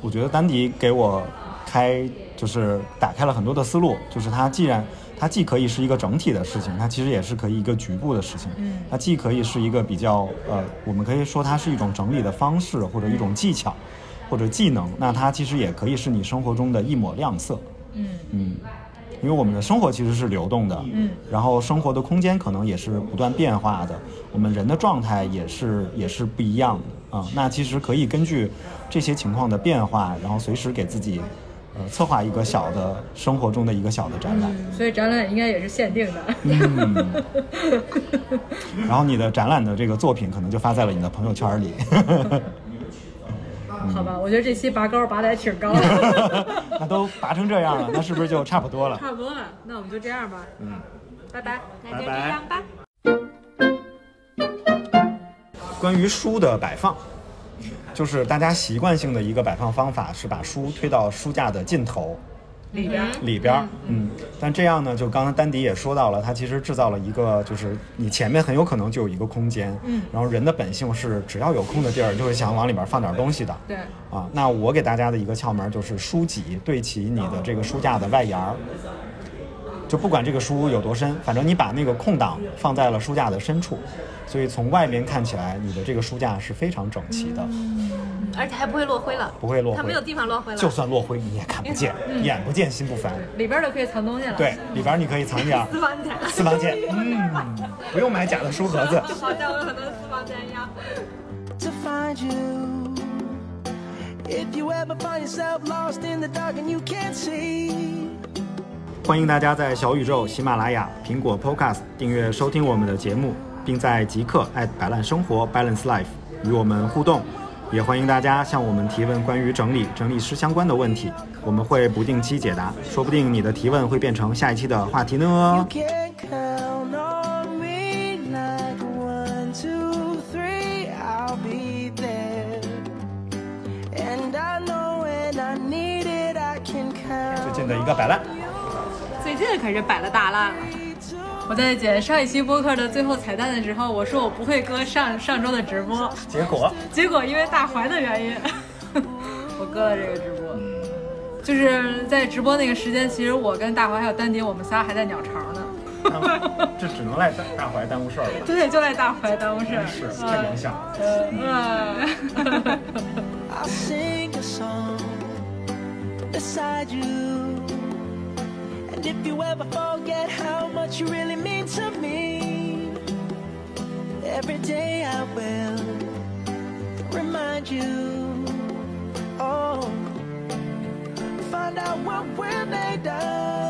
A: 我觉得丹迪给我开就是打开了很多的思路，就是他既然它既可以是一个整体的事情，它其实也是可以一个局部的事情，
B: 嗯
A: 它既可以是一个比较呃，我们可以说它是一种整理的方式或者一种技巧或者技能，那它其实也可以是你生活中的一抹亮色，
B: 嗯
A: 嗯，因为我们的生活其实是流动的，
B: 嗯，
A: 然后生活的空间可能也是不断变化的，我们人的状态也是也是不一样的啊、那其实可以根据这些情况的变化，然后随时给自己呃策划一个小的生活中的一个小的展览。
B: 所以展览应该也是限定的。嗯
A: 然后你的展览的这个作品可能就发在了你的朋友圈里，
B: *laughs*
A: *laughs*
B: 好吧，我觉得这期拔高拔的也挺高的， *laughs*
A: 那都拔成这样了，那是不是就差不多了？
B: 差不多了。那我们就这样吧。嗯，拜拜。
D: 那
A: 拜
D: 就这
A: 拜
D: 样吧。
A: 关于书的摆放，就是大家习惯性的一个摆放方法是把书推到书架的尽头，
E: 里边儿。
A: 里边儿，嗯，但这样呢，就刚才丹迪也说到了，它其实制造了一个，就是你前面很有可能就有一个空间，嗯，然后人的本性是只要有空的地儿就会想往里边放点东西的，
B: 对，
A: 啊，那我给大家的一个窍门就是书脊对齐你的这个书架的外沿儿，就不管这个书有多深，反正你把那个空档放在了书架的深处，所以从外边看起来，你的这个书架是非常整齐的，
D: 嗯而且还不会落灰了，
A: 不会落灰
D: 它没有地方落灰了，
A: 就算落灰你也看不见，眼不见心不烦。
B: 里边儿都可以藏东西了。
A: 对，里边儿你可以藏点儿 *laughs*
D: 私房钱。
A: 私房钱，嗯，不用买假的书盒子。
D: 好像我有很多私房钱一样。
C: to find you. If you ever find yourself lost in the dark and you can't see,
A: 欢迎大家在小宇宙、喜马拉雅、苹果 Podcast 订阅收听我们的节目，并在极客摆烂生活 Balance Life 与我们互动。也欢迎大家向我们提问关于整理、整理师相关的问题，我们会不定期解答，说不定你的提问会变成下一期的话题呢哦
C: you can count on me like one, two, three, I'll be there. And I know when I need it, I can
A: 最
C: count.
A: 近的一个摆烂，
D: 最近可是摆了大烂了，
B: 我在剪上一期播客的最后彩蛋的时候，我说我不会割上上周的直播，
A: 结果
B: 结果因为大怀的原因， *laughs* 我割了这个直播。就是在直播那个时间，其实我跟大怀还有丹迪，我们仨还在鸟巢呢。
A: 嗯
B: *laughs*
A: 这只能赖大大怀耽误事儿 *laughs* 了，
B: 对，就赖大怀耽误事儿。
A: 太影响。
B: 嗯
C: I'll sing a song beside you. And if you ever forget how much you really mean to me, every day I will remind you. Oh, find out what we're made of.